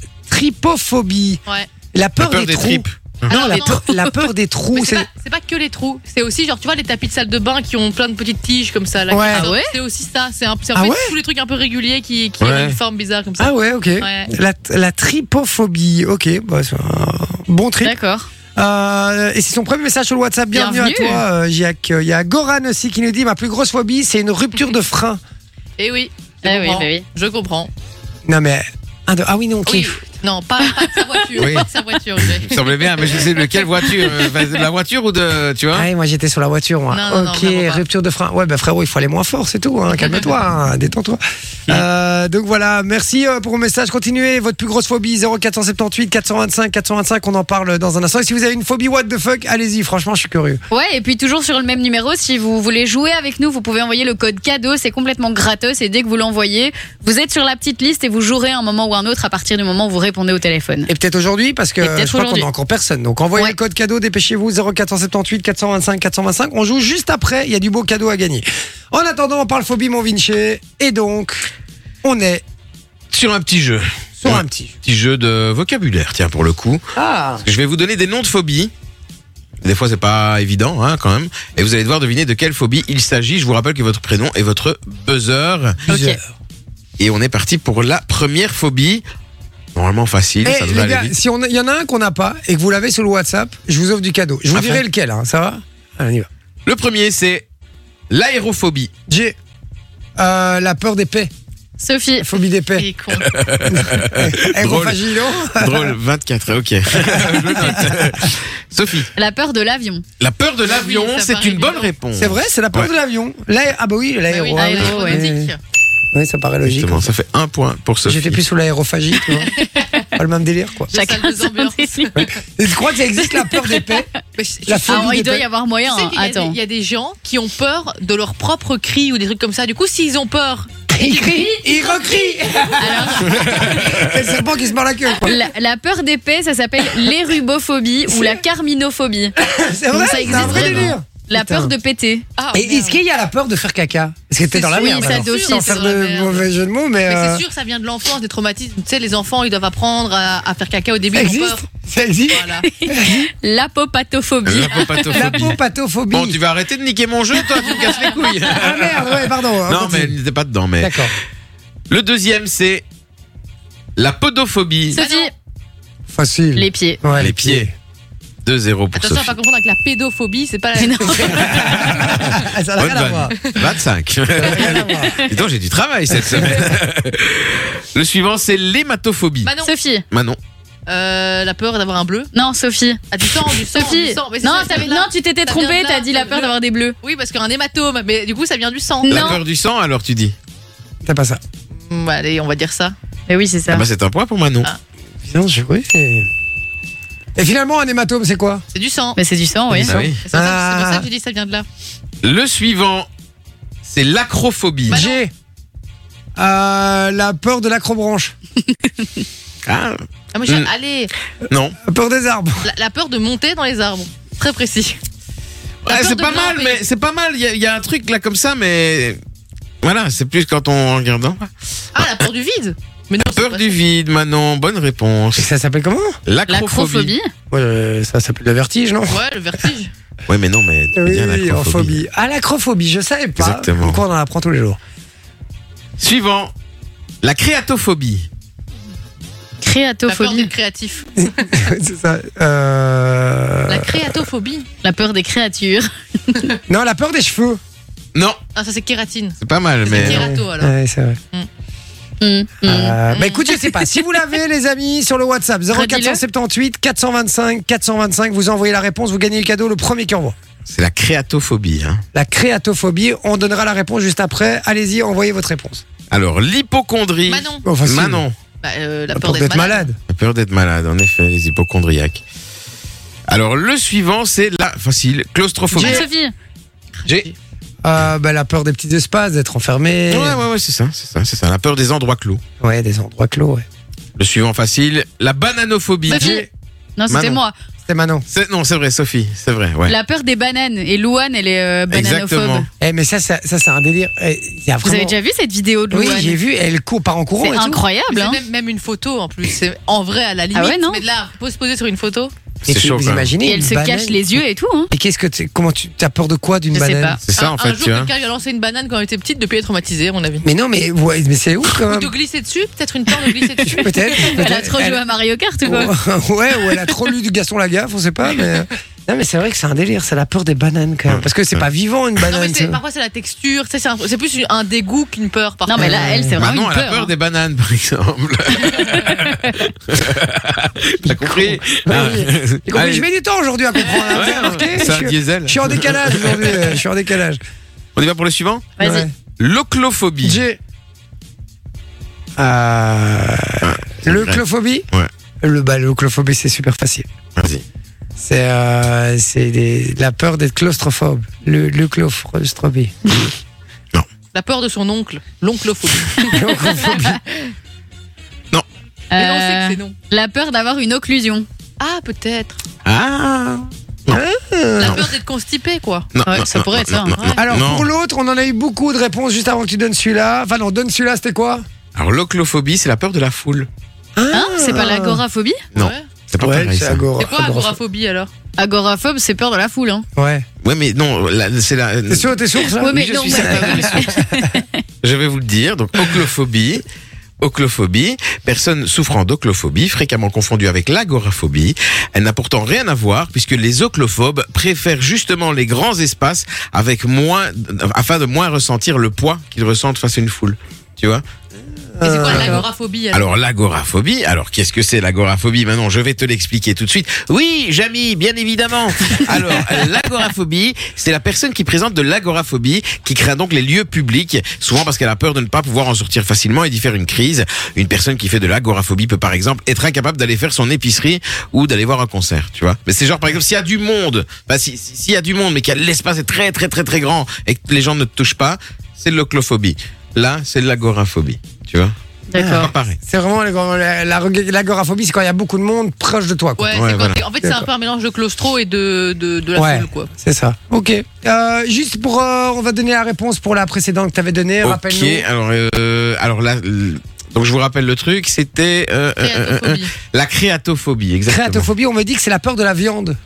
tripophobie.
Ouais.
La peur,
La peur des
trous. Ah
tripes.
Non,
Alors,
la,
des
peur, la peur des
Mais
trous.
c'est
c'est-
pas, c'est pas que les trous, c'est aussi genre tu vois les tapis de salle de bain qui ont plein de petites tiges comme ça. Là,
Ouais.
qui
Ah
sortent.
ouais
c'est aussi ça, c'est un- c'est en
Ah
fait
ouais
tous les trucs un peu réguliers qui, qui
Ouais.
ont une forme bizarre comme ça.
Ah ouais, ok.
Ouais.
La, la tripophobie, ok. bah, c'est un bon trip.
D'accord.
Euh, et c'est son premier message sur le WhatsApp. Bienvenue,
Bienvenue.
à toi, euh, Jacques. Il y a Goran aussi qui nous dit Ma plus grosse phobie, c'est une rupture de frein.
Et oui, je
Eh oui,
comprends.
bah oui.
Je comprends.
Non, mais. un de- Ah oui, non, ok.
Oui. Non, pas, pas de sa voiture.
Oui.
Pas de sa voiture.
Il
[laughs]
Jay.
me semblait bien, mais je sais de quelle voiture. euh, enfin, de la voiture ou de. Tu vois
Ah oui, moi j'étais sur la voiture, moi.
Non, non, non,
ok,
vraiment pas.
rupture de frein. Ouais, bah frérot, il faut aller moins fort, c'est tout. hein. [laughs] Calme-toi, hein. détends-toi. Euh, donc voilà, merci euh, pour vos messages. Continuez votre plus grosse phobie 0478 425 425. On en parle dans un instant. Et si vous avez une phobie, what the fuck, allez-y. Franchement, je suis curieux.
Ouais, et puis toujours sur le même numéro, si vous voulez jouer avec nous, vous pouvez envoyer le code cadeau, c'est complètement gratos et dès que vous l'envoyez, vous êtes sur la petite liste et vous jouerez un moment ou un autre à partir du moment où vous répondez au téléphone.
Et peut-être aujourd'hui, parce que
Et peut-être
je crois qu'on
aujourd'hui.
a encore personne. Donc envoyez
Ouais.
le code cadeau, dépêchez-vous 0478 425 425. On joue juste après. Il y a du beau cadeau à gagner. En attendant, on parle phobie, mon Vinci. Et donc, on est
Sur un petit jeu.
sur
Ouais.
un petit.
Petit jeu de vocabulaire, tiens, pour le coup.
Ah.
Je vais vous donner des noms de phobies. Des fois, c'est pas évident, hein, quand même. Et vous allez devoir deviner de quelle phobie il s'agit. Je vous rappelle que votre prénom est votre buzzer.
Ok.
Et on est parti pour la première phobie. Normalement facile,
Eh,
ça
les
devrait
gars,
aller vite.
si on a- il y en a un qu'on n'a pas et que vous l'avez sur le WhatsApp, je vous offre du cadeau. Je vous
À
dirai
fond.
lequel, hein, ça va Allez, on y va.
Le premier, c'est l'aérophobie.
J'ai euh, la peur des paix,
Sophie.
la phobie des paix. [laughs]
Il est con.
eh, Aérophagie, non
[laughs] Drôle, 24, ok. Sophie,
La peur de l'avion.
la peur de l'avion,
ça
c'est
paraît
une bonne
évident.
réponse.
C'est vrai, c'est la peur
Ouais.
de l'avion. L'aé- Ah bah oui, l'aéro.
oui,
ah oui,
l'aéro,
ouais.
Automatique.
Ouais, ça paraît logique.
Exactement, ça fait un point pour Sophie.
J'étais plus sous l'aérophagie, [laughs] tu vois. pas le même délire, quoi.
La salle
Chacun
des
son
ambiances.
[laughs]
délire.
Et tu crois que ça existe la peur des paix
Mais je-
La
je-
phobie
Ah,
des
il doit
paix
y avoir moyen.
Tu sais qu'il y a des-
Attends.
Il y a des gens qui ont peur de leur propre cri ou des trucs comme ça. Du coup, s'ils ont peur, ils crient.
Il recrie [laughs] C'est le serpent qui se mord la queue, quoi.
La, la peur des paix, ça s'appelle l'érubophobie ou la carminophobie.
C'est vrai,
ça
c'est un
existe
vrai
vraiment.
délire.
La
Putain.
peur de péter.
Ah,
Et est-ce
merde.
qu'il y a la peur de faire caca Parce que t'es
C'est
dans la
sûr,
merde. Bah
oui, ça
alors.
d'office,
Sans faire
c'est dans la
de
merde.
mauvais jeu de mots, mais.
Mais
euh,
c'est sûr, ça vient de l'enfance, des traumatismes. Tu sais, les enfants, ils doivent apprendre à, à faire caca au début,
Ça
ils ont
existe
peur.
Ça existe
Voilà. Bah
Euh,
L'apopatophobie.
La
L'apopatophobie. Bon, tu
popatophobie.
vas arrêter de niquer mon jeu, toi, tu me casses
[laughs]
les couilles.
Ah merde, ouais, pardon. hein,
non, mais
continue.
elle n'était pas dedans. Mais
D'accord.
le deuxième, c'est la podophobie.
Sophie,
Facile.
les pieds.
Ouais,
Les pieds. 2-0 pour
Attention à
Sophie.
pas confondre avec la pédophobie, c'est pas la.
Non.
Ah, ça n'a
Bonne
rien à
vanne.
voir.
[laughs]
25.
Ça n'a rien à voir.
Dis donc, j'ai du travail cette semaine. le suivant, c'est l'hématophobie.
Manon,
Sophie.
Manon.
Bah euh, la peur d'avoir un bleu.
Non, Sophie.
Ah, du sang, du sang,
Sophie.
du sang. Mais c'est
non,
ça,
t'avais-
c'est
non,
là.
tu t'étais
Ça vient
trompée,
de là,
t'as dit la
le
peur
bleu.
d'avoir des bleus.
Oui, parce qu'un hématome, mais du coup, ça vient du sang.
Non.
La peur du sang, alors tu dis
T'as pas ça.
Hmm, allez, on va dire ça.
Mais oui, c'est ça.
Ah bah, C'est un point pour Manon.
Ah.
Non, je oui, c'est- Et finalement, un hématome, c'est quoi
C'est du sang.
Mais c'est du sang, oui.
Bah oui.
C'est pour ça- c'est pour
Ah.
ça que j'ai dit ça vient de là.
Le suivant, c'est l'acrophobie.
Bah
J'ai euh, la peur de l'acrobranche,
Ah,
Ah, moi, j'ai-
Hmm.
Allez,
non.
la peur des arbres.
la, la peur de monter dans les arbres. Très précis. La
Ouais,
peur
c'est
de
pas mal,
grimper.
mais c'est pas mal. Il y, a- il y a un truc là comme ça, mais voilà, c'est plus quand on regarde. hein.
Ah, la peur du vide. Mais non, c'est
Peur
pas-
du vide, Manon. Bonne
Et
réponse.
ça s'appelle comment
L'acrophobie.
L'acrophobie.
Ouais, euh, ça s'appelle le vertige, non
Ouais, le vertige.
Ouais, mais non, mais
Oui, oui,
bien
en
l'acrophobie.
phobie. Ah, l'acrophobie, je savais pas.
Exactement.
Pourquoi on en apprend tous les jours
Suivant, la créatophobie.
La peur
Créatophobie.
des créatifs.
C'est ça. euh,
La créatophobie.
La peur des créatures.
Non, la peur des cheveux.
Non,
Ah, ça, c'est kératine.
c'est pas mal,
C'est
mais
kératine. Kérato, alors.
Ouais, c'est vrai.
Hum, hum.
Euh, bah
Mm.
écoute, je sais pas. Si vous l'avez, les amis, sur le WhatsApp, 0478 425 425, vous envoyez la réponse, vous gagnez le cadeau, le premier qui envoie.
c'est la créatophobie. hein.
La créatophobie, on donnera la réponse juste après. Allez-y, envoyez votre réponse.
Alors, l'hypochondrie.
Manon.
Oh, facile.
Manon.
Bah, euh, la
Ah,
La
peur d'être malade.
La peur d'être malade, en effet, les hypochondriaques. Alors, le suivant, c'est la facile claustrophobie.
Ah, Sophie.
J'ai-
Euh, bah, la peur des petits espaces, d'être enfermé.
Ouais, ouais, ouais, c'est ça, c'est ça, c'est ça. La peur des endroits clos.
Ouais, des endroits clos. Ouais.
Le suivant facile, la bananophobie.
Sophie. Non, c'était
Manon.
moi.
C'était Manon.
C'est- non, c'est vrai, Sophie, c'est vrai, ouais.
La peur des bananes. Et Louane, elle est euh,
Exactement.
bananophobe.
Eh, mais ça, ça, ça, c'est un délire. Eh, il y a
Vous avez
vraiment-
déjà vu cette vidéo de
Oui,
Louane
j'ai vu, elle court, part en courant. et
C'est
tout.
incroyable,
C'est
hein
même, même une photo en plus. C'est en vrai à la limite.
ouais, non
Mais de là, faut se poser sur une photo.
Et
C'est
puis,
chaud,
vous
quand même.
imaginez
Et elle
une
se
banane.
cache les yeux et tout, hein
Et qu'est-ce que tu, comment tu, t'as peur de quoi d'une
Je sais
banane
pas.
C'est ça,
un,
en fait,
un jour,
tu vois.
quelqu'un lui a lancé une banane quand elle était petite, depuis elle est traumatisée, à mon avis.
Mais non, mais, ouais, mais c'est ouf quand
Ou de
même.
glisser dessus, peut-être une peur de glisser
[laughs]
dessus.
Peut-être. peut-être.
[laughs] Elle a trop joué à Mario Kart ou quoi
[laughs] Ouais, ouais, ou elle a trop lu du Gaston Lagaffe, on sait pas, mais. Non, mais c'est vrai que c'est un délire, c'est la peur des bananes quand même. Parce que c'est pas vivant une
Non,
banane.
mais c'est-
tu vois.
parfois c'est la texture, tu sais, c'est un- c'est plus un dégoût qu'une peur.
Oh.
Parfois.
Non, mais là,
Bah
elle, c'est vraiment une
Manon, elle a
peur.
peur
hein.
des bananes,
[laughs]
par exemple. T'as compris Ah.
oui. Et comme
Allez.
Je mets du temps aujourd'hui à comprendre. hein,
Ouais,
vous avez remarqué
c'est un
je, suis-
diesel.
je suis en décalage aujourd'hui. euh, Je suis en décalage.
On y va pour le suivant
Vas-y.
Ouais.
L'oclophobie.
J'ai. Euh, le
Ah, vrai.
clophobie
Ouais.
Le, bah, le clophobie, c'est super facile.
Vas-y.
C'est euh, c'est des- la peur d'être claustrophobe. Le, le claustrophobie. [laughs]
La peur de son oncle, l'onclophobie.
Le clophobie.
Mais non, on
Euh,
sait que c'est non.
La peur d'avoir une occlusion. hein.
Ah, peut-être.
Ah
La
Euh, Non.
peur d'être constipé, quoi.
non,
Ouais,
non,
ça
non,
pourrait
non,
être ça,
non,
hein.
non, non.
Alors,
Non.
pour l'autre, on en a eu beaucoup de réponses juste avant que tu donnes celui-là. Enfin, non, donne celui-là, c'était quoi Ah.
Alors, l'oclophobie, c'est la peur de la foule.
Hein C'est pas l'agoraphobie
Non.
Ouais.
C'est pas
ouais,
pareil,
c'est
ça.
agora-
C'est quoi
agoraphobe.
agoraphobie alors
Agoraphobe, c'est peur de la foule. Hein.
Ouais.
Ouais, mais non, la- c'est la.
T'es sûr, t'es sûr, ça
Ouais, mais
je
non,
suis
mais-
certain, Je vais vous le dire. Donc, oclophobie. Oclophobie, personne souffrant d'oclophobie, fréquemment confondue avec l'agoraphobie, elle n'a pourtant rien à voir puisque les oclophobes préfèrent justement les grands espaces avec moins, afin de moins ressentir le poids qu'ils ressentent face à une foule. Tu vois
Mais c'est quoi
Euh,
l'agoraphobie alors
Alors l'agoraphobie, alors qu'est-ce que c'est l'agoraphobie Maintenant, je vais te l'expliquer tout de suite. Oui, Jamy, bien évidemment. Alors l'agoraphobie, c'est la personne qui présente de l'agoraphobie, qui craint donc les lieux publics, souvent parce qu'elle a peur de ne pas pouvoir en sortir facilement et d'y faire une crise. Une personne qui fait de l'agoraphobie peut par exemple être incapable d'aller faire son épicerie ou d'aller voir un concert, tu vois. Mais c'est genre par exemple s'il y a du monde, bah, si- si- s'il y a du monde mais qu'il y a de l'espace est très très très très grand et que les gens ne te touchent pas, c'est de l'oclophobie. Là, c'est de l'agoraphobie, tu vois.
D'accord.
Pas pareil.
C'est vraiment l'agor- la- la- l'agoraphobie, c'est quand il y a beaucoup de monde proche de toi. quoi.
Ouais,
Ouais,
c'est quand
voilà.
t'es- en fait, c'est un peu un mélange de claustro et de, de, de la
Ouais.
foule, quoi.
C'est ça. Ok. Euh, juste pour, euh, on va donner la réponse pour la précédente que t'avais donnée.
Ok,
Rappelle-nous.
alors, euh, alors là, l- donc je vous rappelle le truc, c'était euh, euh, euh, euh,
Créatophobie.
la créatophobie, exactement.
Créatophobie, on me dit que c'est la peur de la viande.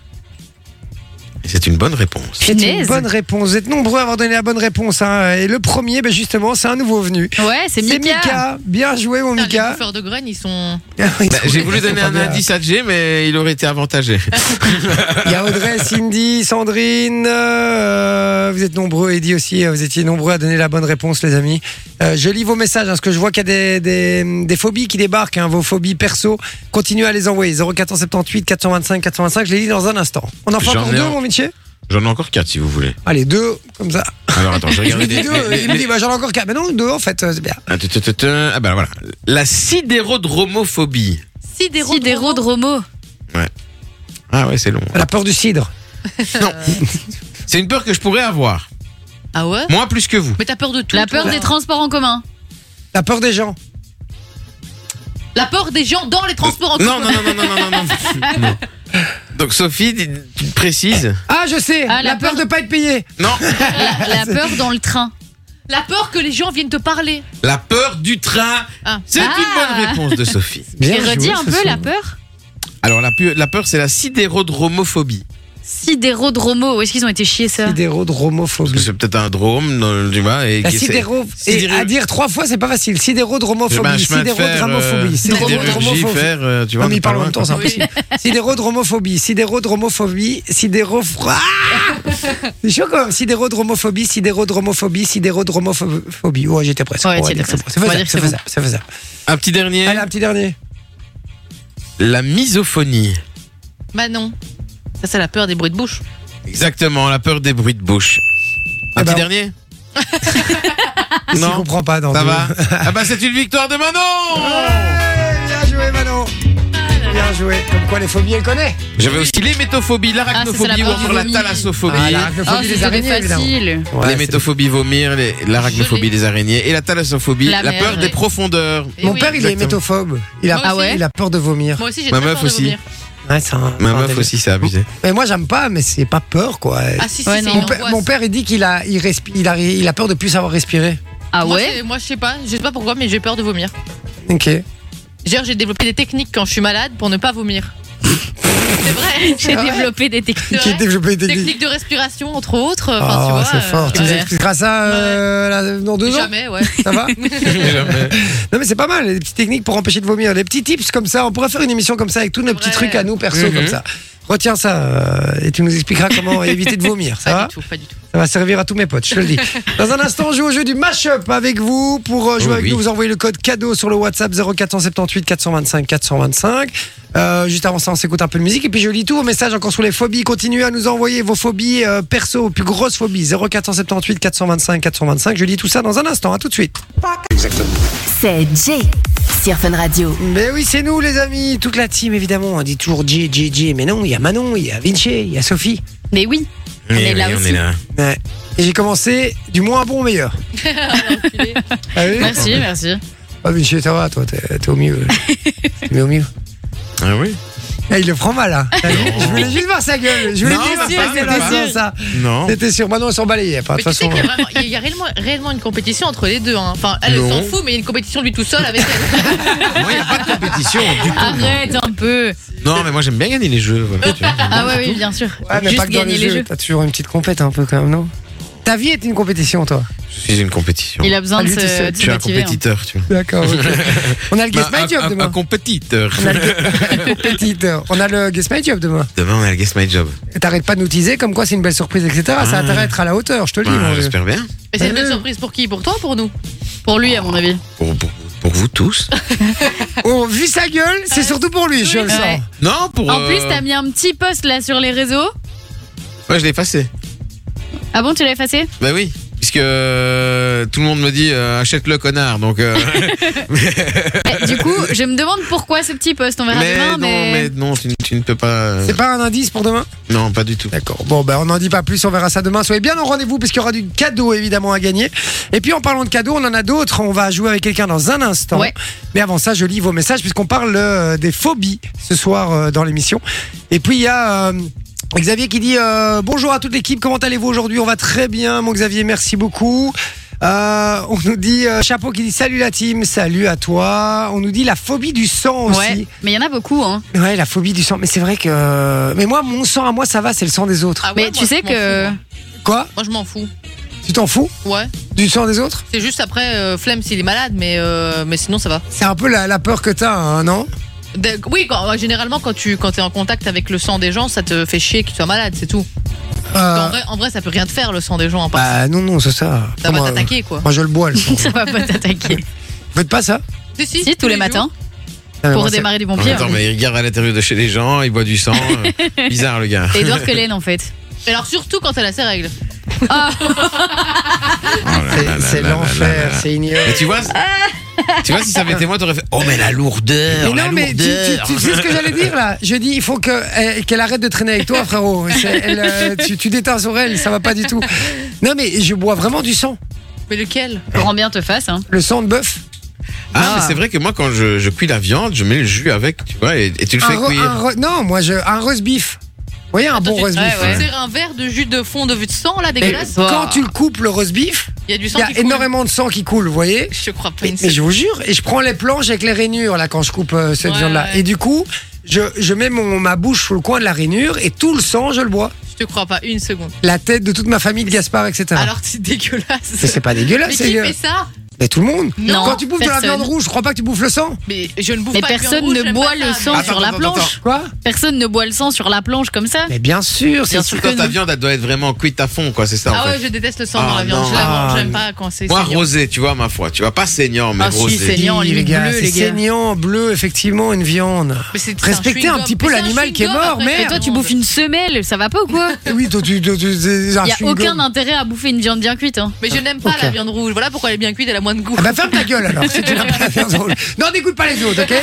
C'est une bonne réponse.
C'est une
Punaise.
bonne réponse. Vous êtes nombreux à avoir donné la bonne réponse. hein. Et le premier, ben justement, c'est un nouveau venu.
Ouais, c'est Mika.
Bien joué, mon
Putain, Les
Mika.
bouffeurs de graines, ils sont.
[laughs]
Bah, J'ai voulu donner un indice à Jay, mais il aurait été avantagé.
Il y a Audrey, Cindy, Sandrine. euh, vous êtes nombreux, Eddie aussi. euh, Vous étiez nombreux à donner la bonne réponse, les amis. Euh, je lis vos messages, hein, parce que je vois qu'il y a des, des, des phobies qui débarquent, hein, vos phobies perso. Continuez à les envoyer. 0478 425 425. Je les lis dans un instant. On en fait
J'en
encore
ai
deux,
un.
mon Vinci
[laughs] J'en ai encore quatre si vous voulez.
Allez, deux, comme ça.
Alors attends, je
Je
[laughs] regarde
me
les-
dis deux.
les-
Il me dit,
les-
bah, j'en ai encore quatre. Mais non, deux, en fait, euh, c'est bien.
Ah tu- tu- tu- tu- ah, bah voilà. La sidérodromophobie.
Sidéro.
Sidérodromo.
Ah ouais, c'est long.
La peur du cidre.
[laughs] Non. C'est une peur que je pourrais avoir.
Ah ouais
Moi plus que vous.
Mais t'as peur de tout.
La
toi.
peur des transports
[laughs]
en commun.
La peur des gens.
La peur des gens dans les transports en
Euh, Non,
commun.
non, non, non, non, non, non, [laughs] non. Non. Donc Sophie, dis- tu précises
Ah, je sais.
Ah,
la,
la
peur,
peur-
de pas être payé.
Non.
La, la peur dans le train.
La peur que les gens viennent te parler.
La peur du train.
Ah.
C'est
Ah.
une bonne réponse de
[laughs]
Sophie.
Et redis un peu la peur.
Alors la, pu- la peur, c'est la sidérodromophobie.
Sidérodromo. Où est-ce qu'ils ont été chiés ça
Parce que
Sidérodromophobie.
c'est peut-être un drôme, dans- tu vois. Et
La
qui- c'est-
sidéro... Et
sidéru-
à dire trois fois, c'est pas facile.
je sais pas, un
Sidérodromophie,
Eh ben, chemin de fer, euh,
sidérodramophobie,
sidérurgie,
sidérodromophobie.
fer, euh, tu vois.
Non, mais
on
ils
est pas
parlent en
loin,
même temps, c'est
quoi.
impossible. Sidérodromophobie, sidérodromophobie, sidéro... Ah c'est chaud quand même. Sidérodromophobie, sidérodromophobie, sidérodromophobie. Ouais, j'étais presque.
Ouais, t'y
j'étais
étais
presque.
presque.
C'est
On va
faisable,
dire que
c'est
c'est bon.
faisable, c'est faisable.
Un petit dernier.
Allez, un petit dernier.
La misophonie.
[laughs] Bah non. Ça, c'est la peur des bruits de bouche.
Exactement, la peur des bruits de bouche. Un
Eh
petit
ben,
dernier
Ah,
S'il
Non.
comprend pas dans
Ça
deux. [laughs]
va Ah bah c'est une victoire de Manon
Ouais, Bien joué, Manon.
Ah
Bien joué. Comme quoi, les phobies, elle connaît.
J'avais aussi l'émétophobie,
Ah, ça,
l'arachnophobie
c'est
ou
la peur
encore
du
la
vomi.
thalassophobie.
Ah,
Ah,
l'arachnophobie,
c'est
les araignées, évidemment.
facile.
Ouais,
L'émétophobie, vomir, les- l'arachnophobie des araignées et la thalassophobie, la,
La merde,
peur des
ouais.
profondeurs.
c'est-
Et
Mon
Eh oui.
père, il est
Exactement.
métophobe. Il a,
Ah
ouais
il a peur de vomir.
Moi aussi, j'ai
Ma
très
meuf
peur de
aussi.
vomir.
Ouais, c'est un-
Ma
un
meuf
délire.
aussi,
[laughs]
c'est abusé.
Mais moi, j'aime pas, mais c'est pas peur, quoi.
Ah si, si,
Ouais,
c'est
non.
une
mon, père,
angoisse.
mon père, il dit qu'il a, il respi- il a, il a peur de plus savoir respirer.
Ah
Moi,
ouais
c'est- Moi, je sais pas. Je sais pas pourquoi, mais j'ai peur de vomir.
Ok.
D'ailleurs, j'ai développé des techniques quand je suis malade pour ne pas vomir. c'est vrai.
[laughs] J'ai
Ah
développé des techniques.
C'est
Qui
vrai.
développé des
Technique de respiration, entre autres.
Ah,
Enfin, tu
Oh,
vois,
c'est
euh,
fort. Tu nous
ouais.
expliqueras ça euh, là, dans deux ans
Jamais, ouais.
Ça
[laughs]
va
Jamais.
Non, mais c'est pas mal, les petites techniques pour empêcher de vomir. Des petits tips comme ça. On pourrait faire une émission comme ça avec tous nos petits
Ouais.
trucs à nous, perso,
Mhm.
comme ça. Retiens ça euh, et tu nous expliqueras
[laughs]
comment éviter de vomir. Ça
Pas
va
du tout, pas du tout.
Ça va servir à tous mes potes, je te le dis. Dans un instant, on joue au jeu du mashup avec vous. Pour euh, jouer
Oh
avec
oui.
nous, vous envoyez le code cadeau sur le WhatsApp 0478 425 425. Euh, juste avant ça, on s'écoute un peu de musique et puis je lis tous vos messages encore sur les phobies. Continuez à nous envoyer vos phobies euh, perso, vos plus grosses phobies 0478 425 425. Je lis tout ça dans un instant. À tout de suite.
C'est Jay sur Fun Radio.
Mais oui, c'est nous les amis, toute la team évidemment. On dit toujours J, J, J. Mais non, il y a Manon, il y a Vinci, il y a Sophie.
Mais oui. On est
Eh
là
oui,
aussi.
Ouais. Et j'ai commencé du moins bon au
[laughs]
meilleur. Ah oui
Merci, merci.
Ah, Vinci, ça va, toi, t'es t'es au mieux. t'es mis au mieux.
Ah oui
Eh, il le prend mal, hein. Je voulais juste voir sa gueule. Je voulais
Ah, Non,
juste voir sa
c'était
gueule
sûr,
en
c'était
faisant ça.
Non.
C'était sûr. Maintenant, on s'en balayait. Enfin, hein. de
Mais
toute
tu
façon.
sais qu'il y a, vraiment- il y a réellement, réellement une compétition entre les deux. hein. Enfin, elle elle
Non.
s'en fout, mais il y a une compétition lui tout seul avec elle.
Moi, il n'y a pas de compétition du
Ah
tout.
Arrête un peu.
Non, mais moi, j'aime bien gagner les jeux. voilà, tu vois.
[laughs] Ah ouais, oui, bien sûr.
Ouais, mais
Juste
pas que dans
gagner
les,
les
jeux.
jeux.
T'as toujours une petite compète un peu quand même, non Ta vie est une compétition, toi.
Je suis une compétition.
Il a besoin
Ah,
de
lui,
se,
tu sais,
de
Je
se
suis un
motiver. hein.
compétiteur, tu vois.
D'accord. ok. on a le Guess
Bah,
My
un,
Job
un-
demain.
un compétiteur.
On a le gue- compétiteur. On a le Guess My Job demain.
Demain, on a le Guess My Job.
Et T'arrêtes pas de nous teaser comme quoi c'est une belle surprise, etc. Ça
Ah.
t'arrête à la hauteur, je te le dis.
Bah,
mon vieux.
J'espère bien.
Et c'est une
Mais
belle
non.
surprise pour qui Pour toi ou pour nous
Pour lui, à mon avis.
Pour, pour- pour
[laughs]
vous tous.
Oh, vu sa gueule, c'est surtout pour lui, je le sens.
Ouais.
Non, pour.
En
euh,
plus, t'as mis un petit post là sur les réseaux.
Ouais, je l'ai effacé.
Ah bon, tu l'as effacé
Bah oui. Puisque euh, tout le monde me dit euh, achète-le, connard.
[laughs]
Donc. euh,
Eh, Du
[laughs]
coup, je me demande pourquoi ce petit post. On verra
mais,
demain,
non,
mais.
mais non, tu, tu ne peux pas. euh,
C'est pas un indice pour demain
Non, pas du tout.
D'accord. Bon, ben, on n'en dit pas plus, on verra ça demain. Soyez bien au rendez-vous, puisqu'il y aura du cadeau évidemment à gagner. Et puis en parlant de cadeaux, on en a d'autres. On va jouer avec quelqu'un dans un instant.
Ouais.
Mais avant ça, je lis vos messages, puisqu'on parle euh, des phobies ce soir euh, dans l'émission. Et puis il y a. euh, Xavier qui dit euh, bonjour à toute l'équipe, comment allez-vous aujourd'hui On va très bien, mon Xavier, merci beaucoup. Euh, on nous dit euh, chapeau qui dit salut la team, salut à toi. On nous dit la phobie du sang aussi.
Ouais, mais il y en a beaucoup. Hein.
Ouais, la phobie du sang. Mais c'est vrai que. euh, Mais moi, mon sang à moi, ça va, c'est le sang des autres.
Ah ouais,
mais
moi,
tu sais
je m'en
que.
fous, moi.
Quoi
Moi, je m'en fous.
Tu t'en fous
Ouais.
Du sang des autres
C'est juste après, euh, flemme s'il est malade, mais, euh, mais sinon, ça va.
C'est un peu la, la peur que t'as, hein, non
De- oui, quand- ouais, généralement, quand tu quand es en contact avec le sang des gens, ça te fait chier qu'ils soient malades, c'est tout. En,
euh,
vrai, en vrai, ça peut rien te faire, le sang des gens. à part
Bah non, non, c'est ça.
ça va
Moi,
t'attaquer, quoi.
euh, Moi, je le bois, le
[laughs]
sang.
Ça va pas t'attaquer.
Faites pas ça
si, tous les
jours.
matins,
Ah, mais
pour
moi, c'est-
démarrer du bon pied.
Attends, mais il regarde à l'intérieur de chez les gens, il boit du sang.
[laughs]
euh, Bizarre, le gars.
Edouard Cullen, en fait.
Et alors, surtout quand elle a ses règles.
Oh là là là
c'est- C'est
là là là là
l'enfer,
là.
c'est ignoble.
Mais
[laughs]
tu vois, tu vois, si ça avait été moi, t'aurais fait Oh, mais la lourdeur!
Mais
la
non, mais tu, tu-
lourdeur.
tu sais ce que j'allais dire là Je dis, il faut que, euh, qu'elle arrête de traîner avec toi, frérot. C'est- elle, euh, tu, tu déteins sur elle, ça va pas du tout. Non, mais je bois vraiment du sang.
Mais lequel
Grand bien te fasse. Hein.
Le sang de bœuf. Ah.
Ah, mais c'est vrai que moi, quand je, je cuis la viande, je mets le jus avec, tu vois, et, et tu le
Un
fais
re-
cuire.
un re- non, moi, je, un roast beef. Vous voyez, un
Attends,
bon
Ah, tu-
roast
ouais,
beef.
ouais. Tu sers un verre de jus de fond de vue de sang, là,
Mais
dégueulasse
quand tu le coupes, le roast beef,
Il y a du
il
hein. sang
y a
qui coule.
énormément de sang qui coule, vous voyez
Je crois pas
Mais,
une
mais je vous jure, et je prends les planches avec les rainures là quand je coupe euh, cette
Ouais,
viande là.
ouais.
Et du coup, je, je mets mon, ma bouche sous le coin de la rainure et tout le sang, je le bois.
Je te crois pas une seconde.
La tête de toute ma famille de Gaspard, etc.
Alors c'est dégueulasse.
mais c'est pas dégueulasse,
Mais
c'est
qui fait ça
Mais tout le monde.
Non,
quand tu bouffes de la
personne.
viande rouge, je crois pas que tu bouffes le sang.
Mais je ne bouffe
Mais
pas de viande
personne
rouge,
ne
j'aime
boit
pas
le
ça,
sang
mais-
Attends,
sur la
attends,
planche.
attends.
Quoi
Ah.
Personne ne boit le sang sur la planche comme ça.
Mais bien sûr, c'est
Bien
sûr.
sûr
Quand
que
ta
non.
viande, elle doit être vraiment cuite à fond, quoi, c'est ça, en
Ah
fait.
ouais, je déteste le sang
Ah
dans la viande.
non.
Je la mange,
Ah,
j'aime pas quand c'est.
Moi,
saignant.
rosé, tu vois, ma foi, tu vois, pas saignant, mais
Ah, si,
rosé.
saignant, en
Oui,
limite
gars,
bleu,
c'est
les gars.
saignant, bleu, effectivement, une viande.
Mais c'est- c'est
Respectez un
chewing-gum.
petit peu
Mais c'est un
l'animal qui est
chewing-gum,
mort,
après,
merde.
Et toi, tu bouffes une semelle, ça va pas ou quoi
Et Oui, toi, tu, tu, tu- c'est un
Il y a
chewing-gum.
aucun intérêt à bouffer une viande bien cuite. Hein.
Mais je n'aime pas
Ok.
la viande rouge. Voilà pourquoi elle est bien cuite, elle a moins de goût.
Ah bah ferme ta gueule alors, si tu n'as pas la viande rouge. Non, n'écoute pas les autres, ok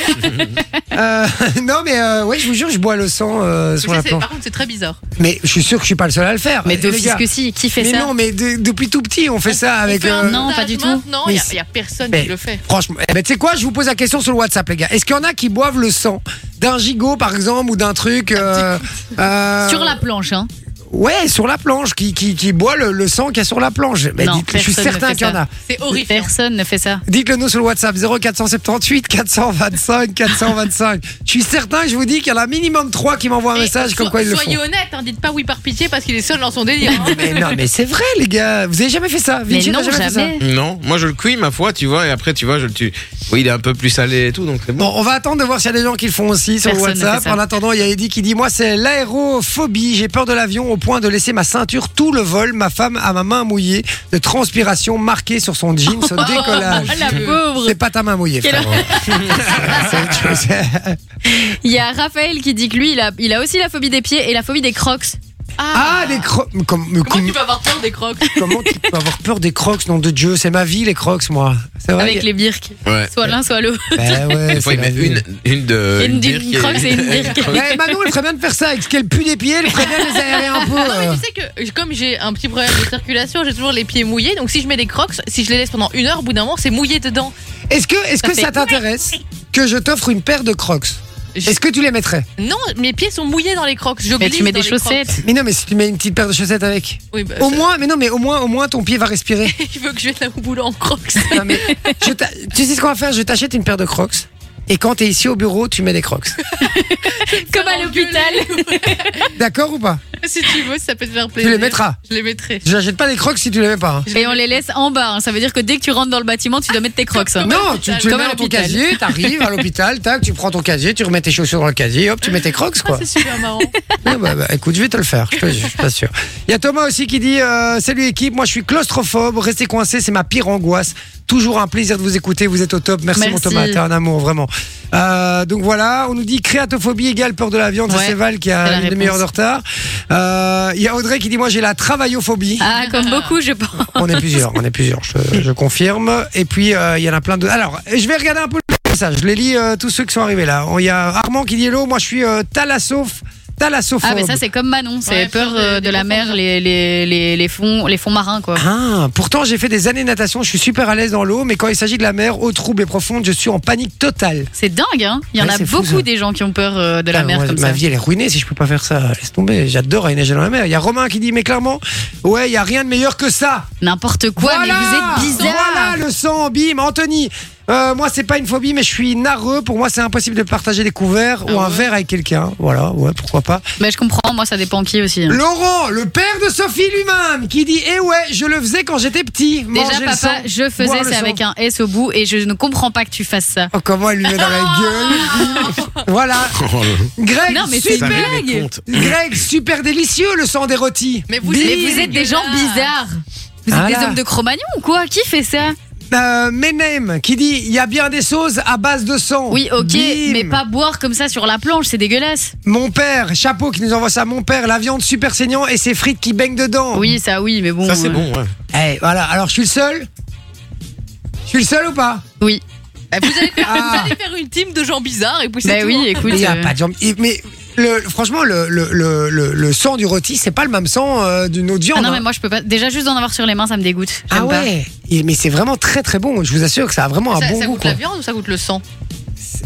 Euh, [laughs] Non, mais euh, ouais, je vous jure, je bois le sang euh,
Je
sur la
sais,
planche.
par contre, c'est très bizarre.
Mais je suis sûr que je suis pas le seul à le faire.
Mais
Eh, les
d'office
gars,
que si, qui fait
mais
ça
non, mais de- depuis tout petit, on fait ça avec.
On fait un
euh,
Non, pas du tout.
montage maintenant,
Mais
il y a-
c'est-
il y a personne
Mais-
qui le fait.
Franchement, eh ben, tu sais quoi, je vous pose la question sur le WhatsApp, les gars. Est-ce qu'il y en a qui boivent le sang d'un gigot, par exemple, ou d'un truc. euh, euh,
Sur la planche, hein.
Ouais, sur la planche, qui, qui, qui boit le, le sang qu'il y a sur la planche. Ben,
Non,
dites- je suis
personne ne
certain
fait
qu'il y en
ça.
a.
C'est horrifiant.
Personne ne fait ça.
Dites-le nous sur le WhatsApp 0478 425 425. Je suis certain que je vous dis qu'il y en a minimum 3 qui m'envoient un
Et
message comme
so-
quoi ils le font.
Soyez honnête, hein, dites pas oui par pitié parce qu'il est seul dans son délire. hein.
Mais non, mais c'est vrai, les gars. Vous avez jamais fait ça.
Mais
Vinci n'a
non,
jamais fait ça.
jamais.
Non, moi, je le cuis, ma foi, tu vois, et après, tu vois, je le tue. Oui, il est un peu plus salé et tout, donc c'est bon.
Bon, on va attendre de voir s'il y a des gens qui le font aussi sur
Personne ne
le WhatsApp.
fait ça.
En attendant, il y a Eddie qui dit Moi, c'est l'aérophobie. J'ai peur de l'avion au point de laisser ma ceinture tout le vol. Ma femme a ma main mouillée de transpiration marquée sur son jean
[laughs]
au décollage.
Ah, la pauvre.
C'est pas ta main mouillée,
Quelle
frère. [laughs] C'est autre chose.
[laughs] Il y a Raphaël qui dit que lui, il a, il a aussi la phobie des pieds et la phobie des crocs.
Ah, des crocs. Comme,
Comment tu peux avoir peur des crocs
Comment tu peux avoir peur des crocs, nom de Dieu C'est ma vie, les crocs, moi. C'est vrai.
avec les birks.
Ouais.
Soit l'un, soit l'autre.
Ben ouais,
Des fois,
c'est
il
la
met
vie.
une, une de.
Une
bière
d'une
qui est-
croque, c'est
[laughs]
une birque.
Ouais, Manon, elle ferait bien de faire ça. Avec ce qu'elle pue des pieds, elle ferait bien de les aérer un peu.
[laughs] Non, mais
Ah.
euh.
Ah tu sais que comme j'ai un petit problème de circulation, j'ai toujours les pieds mouillés. Donc si je mets des crocs, si je les laisse pendant une heure, au bout d'un moment, c'est mouillé dedans.
Est-ce que, est-ce
Ça
que
fait-
ça t'intéresse que je t'offre une paire de crocs
Je-
Est-ce que tu les mettrais
Non, mes pieds sont mouillés dans les crocs. Je
Et
glisse
tu mets
dans
des
les crocs.
chaussettes.
Mais non, mais si tu mets une petite paire de chaussettes avec.
Oui, bah,
Au
ça-
moins, mais non, mais au moins, au moins, ton pied va respirer.
[laughs] Il veut que je vienne au boulot
[laughs]
en crocs.
Non, mais je t'a- tu sais ce qu'on va faire Je t'achète une paire de crocs. Et quand t'es ici au bureau, tu mets des crocs.
[laughs] Comme à l'hôpital.
D'accord ou pas
[laughs] si tu veux, ça peut te faire
Tu
plaisir.
les mettras.
Je les mettrai.
Je n'achète pas des crocs si tu les mets pas. hein.
Et on les laisse en bas. hein. Ça veut dire que dès que tu rentres dans le bâtiment, tu dois mettre tes crocs. hein.
Non, tu, tu les
Comme
mets
à
dans ton
l'hôpital.
casier, t'arrives à l'hôpital, [laughs] tac, tu prends ton casier, tu remets tes chaussures dans le casier, hop, tu mets tes crocs,
Ah,
quoi.
c'est super
[laughs]
marrant.
Ouais, bah, bah, écoute, je vais te le faire, je, te- je suis pas sûr. Il y a Thomas aussi qui dit euh, Salut équipe, moi je suis claustrophobe, rester coincé, c'est ma pire angoisse. Toujours un plaisir de vous écouter, vous êtes au top. Merci, mon
Merci.
Thomas, t'es un amour, vraiment. Euh, donc voilà, on nous dit créatophobie égale peur de la viande, Ça,
Ouais,
c'est Val qui
c'est la
a une
réponse.
demi-heure de retard. Euh, Il y a Audrey qui dit Moi j'ai la travaillophobie.
Ah, comme beaucoup, je pense.
On est plusieurs, on est plusieurs, je, je confirme. Et puis, euh, il y en a plein de. Alors, je vais regarder un peu le message. Je les lis euh, tous ceux qui sont arrivés là. Il y a Armand qui dit Hello, moi je suis euh, thalassoph- thalassophobe.
Ah, mais ça, c'est comme Manon. C'est
Ouais,
peur
peur
euh,
des-
de la
des
mer,
profonds.
les, les, les, les fonds, les fonds marins, quoi.
Ah, pourtant j'ai fait des années de natation, je suis super à l'aise dans l'eau, mais quand il s'agit de la mer, eau trouble et profonde, je suis en panique totale.
C'est dingue, hein. Il y en
Ouais,
a
c'est fou,
beaucoup
ça.
des gens qui ont peur euh, de la
Putain,
mer
moi,
comme
ma
ça.
vie elle est ruinée si je peux pas faire ça. Laisse tomber, j'adore aller nager dans la mer. Il y a Romain qui dit mais clairement, ouais, il y a rien de meilleur que ça.
N'importe quoi, mais vous êtes bizarre.
Voilà le sang, bim, Anthony. Euh, moi, c'est pas une phobie, mais je suis narreux. Pour moi, c'est impossible de partager des couverts
Ah
ou un verre avec quelqu'un. Voilà, ouais, pourquoi pas.
Mais je comprends, moi, ça dépend qui aussi. hein.
Laurent, le père de Sophie lui-même, qui dit Eh ouais, je le faisais quand j'étais petit.
Déjà,
Manger le
papa,
sang,
je
boire
faisais,
le
c'est
sang.
avec un S au bout, et je ne comprends pas que tu fasses ça.
Oh, comment elle lui met dans la
[laughs]
gueule. voilà.
Oh là là.
Greg,
Non, mais c'est une
super.
blague.
blague.
Greg, super délicieux, le sang des rôtis.
Mais vous-
Mais
Bim.
vous êtes des gens
Dégueulasse.
bizarres. Vous êtes
Ah
des
là.
hommes de Cro-Magnon ou quoi Qui fait ça
Euh, Menem, qui dit Il y a bien des sauces à base de sang.
Oui, ok,
Bim.
mais pas boire comme ça sur la planche, c'est dégueulasse.
Mon père, chapeau qui nous envoie ça. Mon père, la viande super saignant et ses frites qui baignent dedans.
Oui, ça, oui, mais bon.
Ça, c'est
euh,
bon, ouais.
Eh, voilà. Alors, je suis le seul Je suis le seul ou
[laughs]
pas
Oui.
Eh, Vous allez faire,
Ah.
vous allez faire une team de gens bizarres et puis c'est
Bah
tout,
oui,
hein.
écoute.
Il n'y a
euh,
pas de jambes. Il- Mais le, franchement, le, le, le, le, le sang du rôti, c'est pas le même sang euh, d'une autre
Ah
viande.
non, mais
hein.
moi, je peux pas. Déjà, juste d'en avoir sur les mains, ça me dégoûte. J'aime
Ah
pas. [laughs]
ouais Il- Mais c'est vraiment très très bon. Je vous assure que ça a vraiment un
Ça,
Ah, bon
ça
goût.
goûte
quoi.
la viande ou ça goûte le sang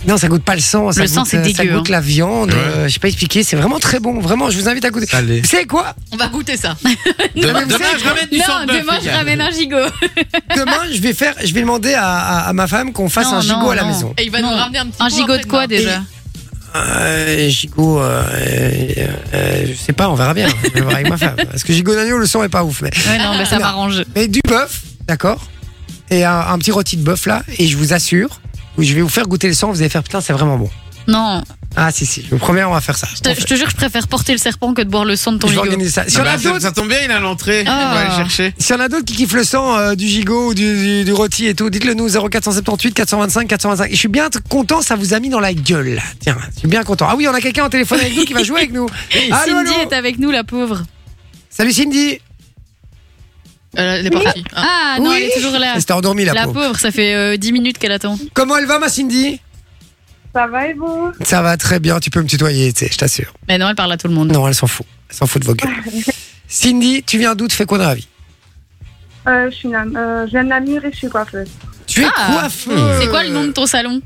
Non, ça goûte pas le sang. Ça
Le
goûte,
sang, c'est
euh, Ça
dégueu, hein.
goûte la viande. euh, je sais pas expliquer. C'est vraiment très bon. Vraiment, je vous invite à goûter.
Allez.
Vous savez quoi
On va goûter ça.
mais
Demain,
vous
demain,
savez-
je ramène du sang
Non,
de bœuf,
demain,
les
je
gars.
ramène
[laughs]
un gigot.
Demain, je vais faire. Je vais demander à, à- à ma femme qu'on fasse
Non,
un gigot
non,
à la
non.
maison.
Et il va
Non.
nous ramener un petit
Un
pot
gigot de quoi
après-demain.
déjà
Euh, gigot, euh, euh, euh, je sais pas, on verra bien. Je vais voir avec ma femme. Parce que gigot d'agneau, le son est pas ouf. Mais,
Ouais, non, mais ça
Non.
m'arrange.
mais du bœuf, d'accord Et un, un petit rôti de bœuf là. Et je vous assure, je vais vous faire goûter le sang. Vous allez faire putain, c'est vraiment bon.
Non,
Ah si, si, je vous promets, on va faire ça.
je te,
On fait-
je te jure, je préfère porter le serpent que de boire le sang de ton
je vais
gigot.
organiser ça. Si on
Ah
a
bah, ça,
d'autres.
ça tombe bien, il est à l'entrée.
Ah.
On va aller chercher.
S'il y en a d'autres qui kiffent le sang euh, du gigot ou du, du- du rôti et tout, dites-le nous 0478 425 425. Et je suis bien t- content, ça vous a mis dans la gueule. là. Tiens, je suis bien content. Ah oui, on a quelqu'un au téléphone avec nous qui va jouer avec nous. Allô,
Cindy
allô.
est avec nous, la pauvre.
Salut Cindy.
Euh, Elle est partie. Ah.
Ah non,
Oui.
elle est toujours là.
Elle s'était endormie, la,
La
pauvre.
pauvre, ça fait euh, 10 minutes qu'elle attend.
Comment elle va, ma Cindy
Ça va et vous
Ça va très bien, tu peux me tutoyer, tu sais, je t'assure.
Mais non, elle parle à tout le monde.
Non, elle s'en fout. Elle s'en fout de vos
[laughs]
gueules. Cindy, tu viens d'où Tu fais quoi dans la vie
euh, je, suis Nam- euh, je viens de Namur et je suis coiffeuse.
Tu es
Ah.
coiffeuse.
C'est quoi le nom de ton salon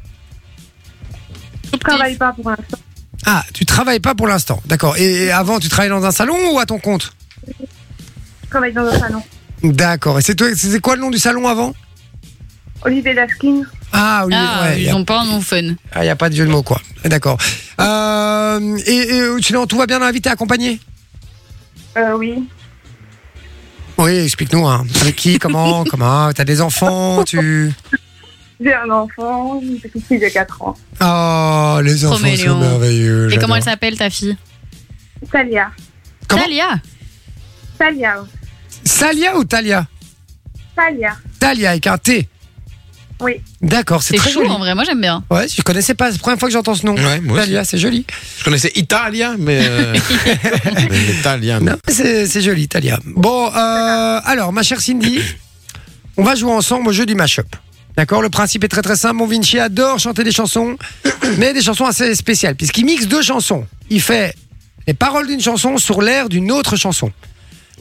Je travaille pas pour l'instant.
Ah, tu travailles pas pour l'instant, d'accord. Et et avant, tu travaillais dans un salon ou à ton compte
Je travaille dans un salon.
D'accord. Et c'est toi- c'est quoi le nom du salon avant
Olivier Laskin,
Ah, oui,
Ah,
ouais. Il
ils ont pas un nom fun.
n'y a, pas de jeu de mots, quoi. D'accord. Euh, et, et sinon, tout va bien dans la vie T'es accompagné
euh, oui.
Oui, explique-nous. hein. Avec qui
[laughs]
Comment Comment T'as des enfants Tu
J'ai un enfant, une petite fille de 4 ans.
Oh, les
Trop
enfants
mignon.
sont merveilleux.
Et comment
j'adore.
elle s'appelle ta fille
Talia.
Comment
Talia
Talia.
Salia ou Talia
Talia.
Talia avec un T.
Oui.
D'accord, c'est
C'est
très
chaud
joli.
en vrai, moi j'aime bien.
Ouais, je connaissais pas, c'est la première fois que j'entends ce nom.
Ouais, moi aussi.
Talia, c'est joli.
Je connaissais Italia,
[laughs]
mais. Euh... mais Italia, non.
Non, mais c'est c'est joli, Talia. Bon, euh, alors, ma chère Cindy, on va jouer ensemble au jeu du mashup. D'accord Le principe est très très simple. Mon Vinci adore chanter des chansons, [coughs] mais des chansons assez spéciales, puisqu'il mixe deux chansons. Il fait les paroles d'une chanson sur l'air d'une autre chanson.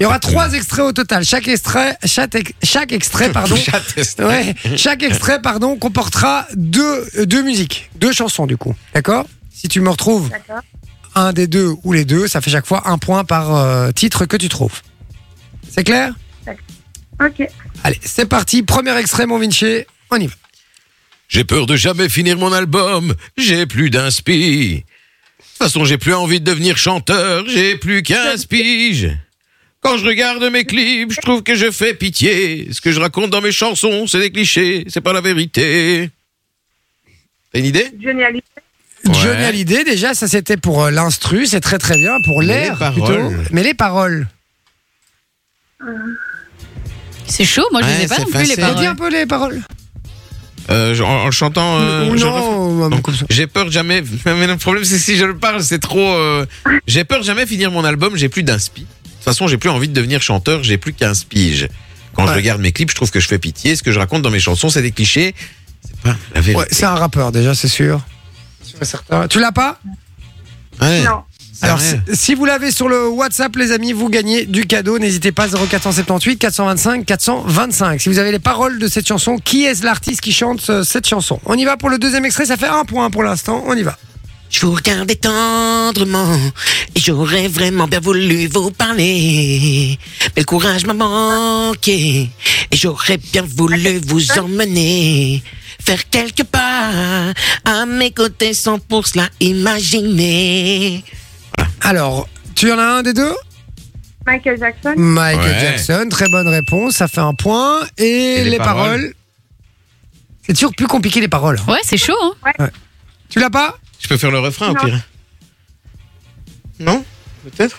Il y aura trois extraits au total. Chaque extrait, chaque, ex- chaque
[coughs]
extrait, pardon,
Chat test. [laughs]
Ouais, chaque extrait, pardon, comportera deux, euh, deux musiques, deux chansons du coup, d'accord Si tu me retrouves
D'accord.
un des deux ou les deux, ça fait chaque fois un point par euh, titre que tu trouves. C'est clair
Ok.
Allez, c'est parti. Premier extrait, mon Vinci. On y va.
J'ai peur de jamais finir mon album, j'ai plus d'inspi. De toute façon, j'ai plus envie de devenir chanteur, j'ai plus qu'un pige. Quand je regarde mes clips, je trouve que je fais pitié. Ce que je raconte dans mes chansons, c'est des clichés, c'est pas la vérité. T'as une idée
Johnny Hallyday.
Ouais.
Johnny Hallyday, déjà, ça c'était pour euh, l'instru, c'est très très bien. Pour
Mais
l'air,
les paroles.
plutôt. Mais les paroles.
C'est chaud, moi je
Ouais,
ne sais pas
c'est
non plus les
facile.
Redis
paroles.
un peu les paroles.
Euh, je- en, en chantant. euh,
Ou
je le refais.
non, euh, comme ça.
J'ai peur de jamais. [laughs] Mais le problème, c'est que si je le parle, c'est trop. euh, J'ai peur de jamais finir mon album, j'ai plus d'inspi. De toute façon, j'ai plus envie de devenir chanteur, j'ai plus qu'un pige. Quand je
Ouais.
regarde mes clips, je trouve que je fais pitié. Ce que je raconte dans mes chansons, c'est des clichés. C'est pas la vérité.
Ouais, c'est un rappeur déjà, c'est sûr. Euh, Tu l'as pas
Ouais,
Non.
c'est
Alors,
vrai.
si- si vous l'avez sur le WhatsApp, les amis, vous gagnez du cadeau. N'hésitez pas, 0478 425 425. Si vous avez les paroles de cette chanson, qui est l'artiste qui chante euh, cette chanson On y va pour le deuxième extrait, ça fait un point pour l'instant. On y va.
Je vous regardais tendrement et j'aurais vraiment bien voulu vous parler. Mais le courage m'a manqué et j'aurais bien voulu vous emmener. Faire quelques pas à mes côtés sans pour cela imaginer.
Alors, tu en as un des deux
Michael Jackson.
Michael
Ouais.
Jackson, très bonne réponse, ça fait un point. Et,
les
les, paroles,
paroles
C'est toujours plus compliqué les paroles. hein.
Ouais, c'est chaud. hein.
Tu l'as pas
Je peux faire le refrain au
Non.
pire. Non Peut-être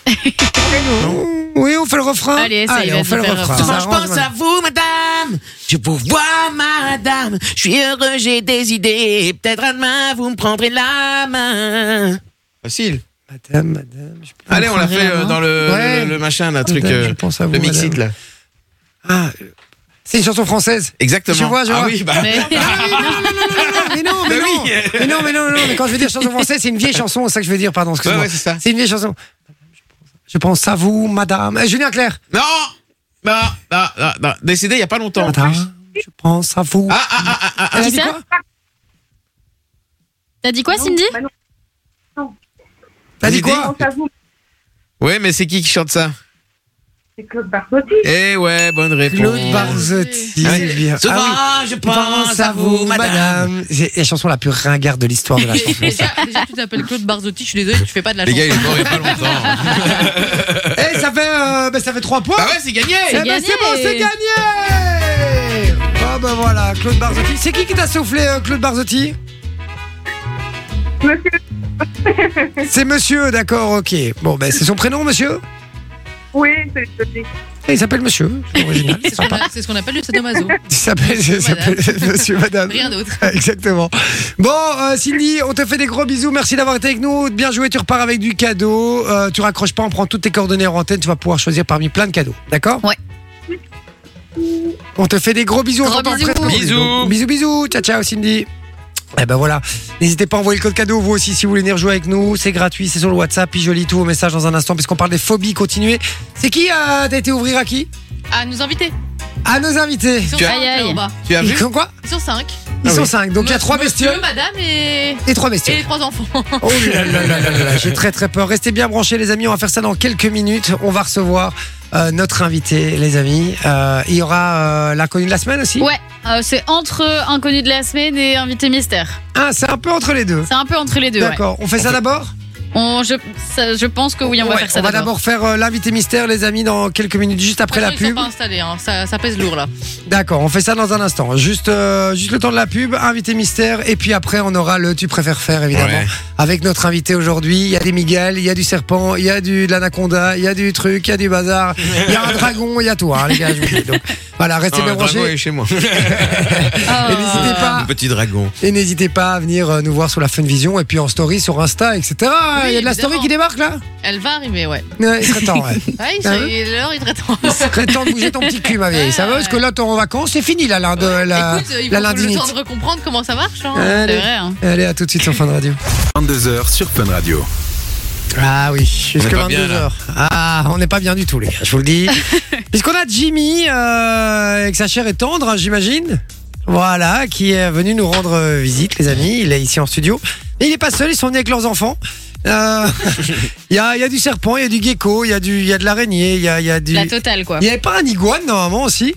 Oui, on fait le refrain.
Allez, essaye,
on
vas-y,
fait le
fais le
refrain.
refrain.
Ça
Souvent je
arrange,
pense à vous, madame. Je vous vois, madame. Je suis heureux, j'ai des idées. Peut-être à demain, vous me prendrez la main.
Facile.
Madame, madame. je peux- Ah,
Allez, on l'a fait
rien,
euh,
hein.
dans le,
Ouais.
le, le machin, là, truc.
Madame,
euh,
je pense à vous,
le mixit, là.
Ah, euh, c'est une chanson française.
Exactement.
Je vois, je
ah
vois.
oui, bah.
[laughs]
Mais-
mais non, mais
Bah
non,
oui.
mais non, mais non, non, mais quand je veux dire chanson française, c'est une vieille chanson, c'est ça que je veux dire, pardon, excuse-moi.
Ouais, ouais, c'est ça.
une vieille chanson. Je pense à vous, madame. Eh, Julien Clerc.
Non Non, non, non, non. Décidé il n'y a pas longtemps.
Madame, je pense à vous.
Ah, ah, ah, ah, ah.
Elle a
Qui
dit
ça
quoi
T'as dit quoi,
Non,
Cindy
bah non,
T'as dit
Une idée
je
quoi
pense à vous.
Ouais, mais c'est qui qui chante ça
C'est Claude Barzotti.
Eh ouais, bonne réponse.
Claude Barzotti.
Ah oui.
bien.
Souvent,
Ah oui.
je pense à vous, madame.
C'est la chanson la plus ringarde de l'histoire de la chanson.
Déjà, Ah, déjà, tu t'appelles Claude Barzotti, je suis désolé, tu fais pas de la
Les
chanson.
gars, il est mort il n'y a pas
[laughs]
longtemps.
Eh, ça fait, euh, ben, ça fait 3 points.
bah ouais, c'est gagné
Eh ben,
gagné.
c'est bon, c'est gagné. Ah bah voilà, Claude Barzotti. C'est qui qui t'a soufflé, euh, Claude Barzotti
Monsieur,
C'est monsieur, d'accord, ok. Bon, ben c'est son prénom, monsieur
oui, c'est Claude.
Eh, Il s'appelle monsieur, c'est original. [laughs]
C'est ce qu'on a- c'est ce qu'on appelle le sadomaso.
Il s'appelle il s'appelle [laughs] monsieur, madame.
Rien d'autre.
[laughs] Exactement. Bon, euh, Cindy, on te fait des gros bisous. Merci d'avoir été avec nous. Bien joué, tu repars avec du cadeau. Euh, tu raccroches pas, on prend toutes tes coordonnées en antenne. Tu vas pouvoir choisir parmi plein de cadeaux. D'accord
Ouais.
On te fait des gros bisous. on
Gros
t'entend
bisous.
presque au
Bisous.
téléphone. Bisous, bisous. Ciao, ciao, Cindy. Eh ben voilà, n'hésitez pas à envoyer le code cadeau vous aussi si vous voulez venir jouer avec nous, c'est gratuit, c'est sur le WhatsApp, puis je lis tous vos messages dans un instant puisqu'on parle des phobies, continuez. C'est qui euh, t'as été ouvrir à qui
À nous inviter.
À nos invités.
Ils sont
Tu as-
5
Aïe, aïe.
là-bas.
Tu as
Ils
vu
sont quoi
Ils sont 5.
Ils
Ah
sont
oui.
cinq, donc il y a trois bestioles
madame et.
et trois
Et
bestioles.
les trois enfants.
Oh là là là là là là, j'ai très très peur. Restez bien branchés les amis, on va faire ça dans quelques minutes. On va recevoir euh, notre invité les amis. Euh, il y aura euh, l'inconnu de la semaine aussi.
Ouais, euh, c'est entre inconnu de la semaine et invité mystère.
Ah, c'est un peu entre les deux.
C'est un peu entre les deux. ouais.
D'accord, on fait ça d'abord
On, je, ça- je pense que oui, on va
Ouais,
faire ça
On va
d'abord.
d'abord faire euh, l'invité mystère les amis dans quelques minutes juste après la
[laughs] Ils sont
pub.
pas installés, hein. ça, ça pèse lourd là.
D'accord, on fait ça dans un instant. Juste, euh, juste le temps de la pub, invité mystère, et puis après on aura le tu préfères faire évidemment Ah,
Ouais.
avec notre invité aujourd'hui. Il y a des migales, il y a du serpent, il y a du de l'anaconda, il y a du truc, il y a du bazar, il y a
[laughs]
un dragon, il y a tout. hein, les gars, je vous le dis. Donc voilà, restez
Ah,
Non,
bien
le dragon
branchés
est chez moi.
Ah.
et n'hésitez pas.
Mon petit dragon.
Et n'hésitez pas à venir euh, nous voir sur la Fun Vision et puis en story sur Insta, etc. Il y a de la story
évidemment.
qui débarque là
Elle va arriver, ouais.
Ouais, Il serait temps, ouais.
Ouais, il
Ah
est l'heure, il serait temps.
Il serait temps de bouger ton petit cul, ma vieille. Ça va parce que là, t'es en vacances, c'est fini là, la, de- la,
[laughs] Écoute, euh, il
la
faut le
lundinite.
temps de recomprendre comment ça marche. hein.
C'est
Allez.
vrai, hein.
Allez, à tout de suite sur Fun Radio.
22h sur Fun Radio.
Ah oui, jusque
On est pas bien,
22h. Ah, on n'est pas bien du tout, les gars, je vous le
[laughs]
dis. Puisqu'on a Jimmy, euh, et que sa chair est tendre, hein, j'imagine. Voilà, qui est venu nous rendre euh, visite, les amis. Il est ici en studio. Mais il n'est pas seul, ils sont venus avec leurs enfants. Euh, [laughs] Il y, a, il y a du serpent, il y a du gecko, il y, a du- il y a de l'araignée, il y a, il y a du.
La totale, quoi.
Il n'y avait pas un iguane normalement aussi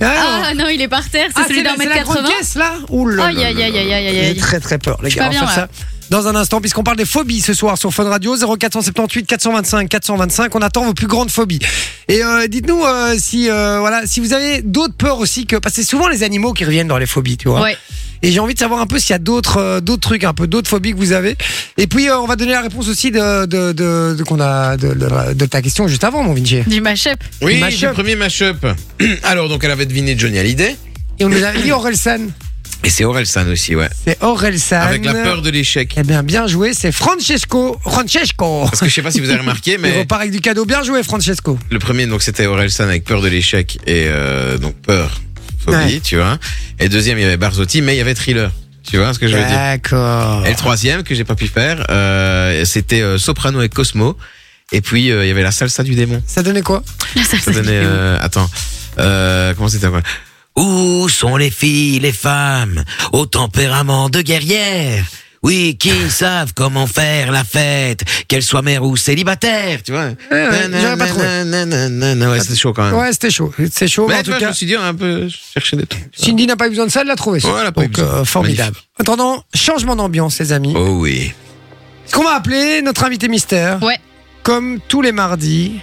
Ah, non.
Ah non, il est par terre, c'est
Ah,
celui d'un
la-
mètre
la grande
80.
caisse là Ouh là
Aïe,
là
aïe,
là
aïe,
là
aïe,
là.
aïe, aïe, aïe.
J'ai très très peur, les
Je suis
gars.
pas
on va
bien,
faire
là.
ça dans un instant, puisqu'on parle des phobies ce soir sur Fun Radio 0478 425 425. On attend vos plus grandes phobies. Et euh, dites-nous euh, si euh, voilà si vous avez d'autres peurs aussi que parce que c'est souvent les animaux qui reviennent dans les phobies, tu vois.
Ouais.
Et j'ai envie de savoir un peu s'il y a d'autres euh, d'autres trucs, un peu d'autres phobies que vous avez. Et puis euh, on va donner la réponse aussi de de, de, de- qu'on a de, de- de ta question juste avant, mon Vinci.
Du mash-up.
Oui,
Mash-up.
du premier mash-up. [clears throat] Alors, donc, elle avait deviné Johnny Hallyday.
Et on nous a dit Orelsan.
Et c'est Orelsan aussi, ouais.
C'est Orelsan.
Avec la peur de l'échec.
Eh bien, bien joué, c'est Francesco. Francesco.
Parce que je sais pas si vous avez remarqué,
Il
mais
repart avec du cadeau. Bien joué, Francesco.
le premier, donc, c'était Orelsan avec peur de l'échec et euh, donc peur, phobie,
Ouais.
tu vois. Et le deuxième, il y avait Barzotti, mais il y avait Thriller. Tu vois ce que je veux dire
D'accord.
Et le troisième, que j'ai pas pu faire, euh, c'était euh, Soprano et Cosmo. Et puis, euh, il y avait la salsa du démon.
Ça donnait quoi
Là, ça,
Ça
[laughs]
ça-
donnait. euh, attends. Euh, comment c'était quoi
Où sont les filles, les femmes, au tempérament de guerrière Oui, qui savent comment faire la fête, qu'elles soient mères ou célibataires, tu
Tu vois
ouais, j'aurais pas trouvé.
Nanana, Ouais, c'était chaud quand même.
Ouais, c'était chaud. C'est chaud, mais
Mais
en
tu
tout
vois, je me
cas,
suis dit, on a un peu cherché des trucs. tu vois.
Cindy n'a pas eu besoin de ça, elle l'a trouvé. ça.
Ouais, elle a pas eu
Donc,
besoin.
euh, formidable.
Magnifique.
En Attendant, changement d'ambiance, les amis.
Oh oui.
Ce qu'on va appeler notre invité mystère.
Ouais.
Comme tous les mardis.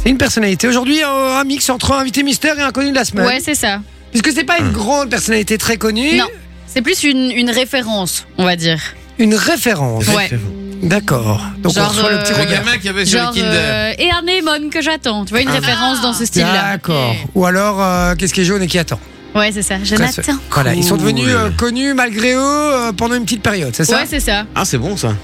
C'est une personnalité. Aujourd'hui, euh, un mix entre un invité mystère et un connu de la semaine.
Ouais, c'est ça.
Puisque c'est
Hum.
pas une grande personnalité très connue,
Non. C'est plus une, une référence, on va dire.
une référence.
Ouais.
D'accord. Donc
Genre,
on reçoit le petit
euh,
Le
regard.
gamin qui avait sur
Genre,
le Kinder.
euh, et un Emon que j'attends. Tu vois, une référence dans ce style-là.
D'accord. Ou alors, euh, qu'est-ce qui est jaune et qui attend
Ouais, c'est ça. Jonathan.
Voilà, ils sont devenus
Cool.
euh, connus malgré eux euh, pendant une petite période, c'est ça
Ouais, c'est ça.
Ah, c'est bon ça.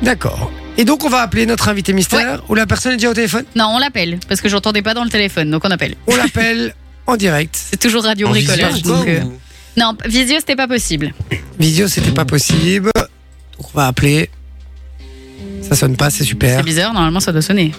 D'accord. Et donc on va appeler notre invité mystère ou la personne est déjà au téléphone.
Non, on l'appelle parce que j'entendais pas dans le téléphone, donc on appelle.
On l'appelle en direct.
C'est toujours radio
En visio
bricolage.
ou quoi,
donc, euh,
ou-
Non, visio, c'était pas possible.
Visio, c'était pas possible. Donc on va appeler. Ça sonne pas, c'est
C'est
super.
bizarre, normalement ça doit sonner.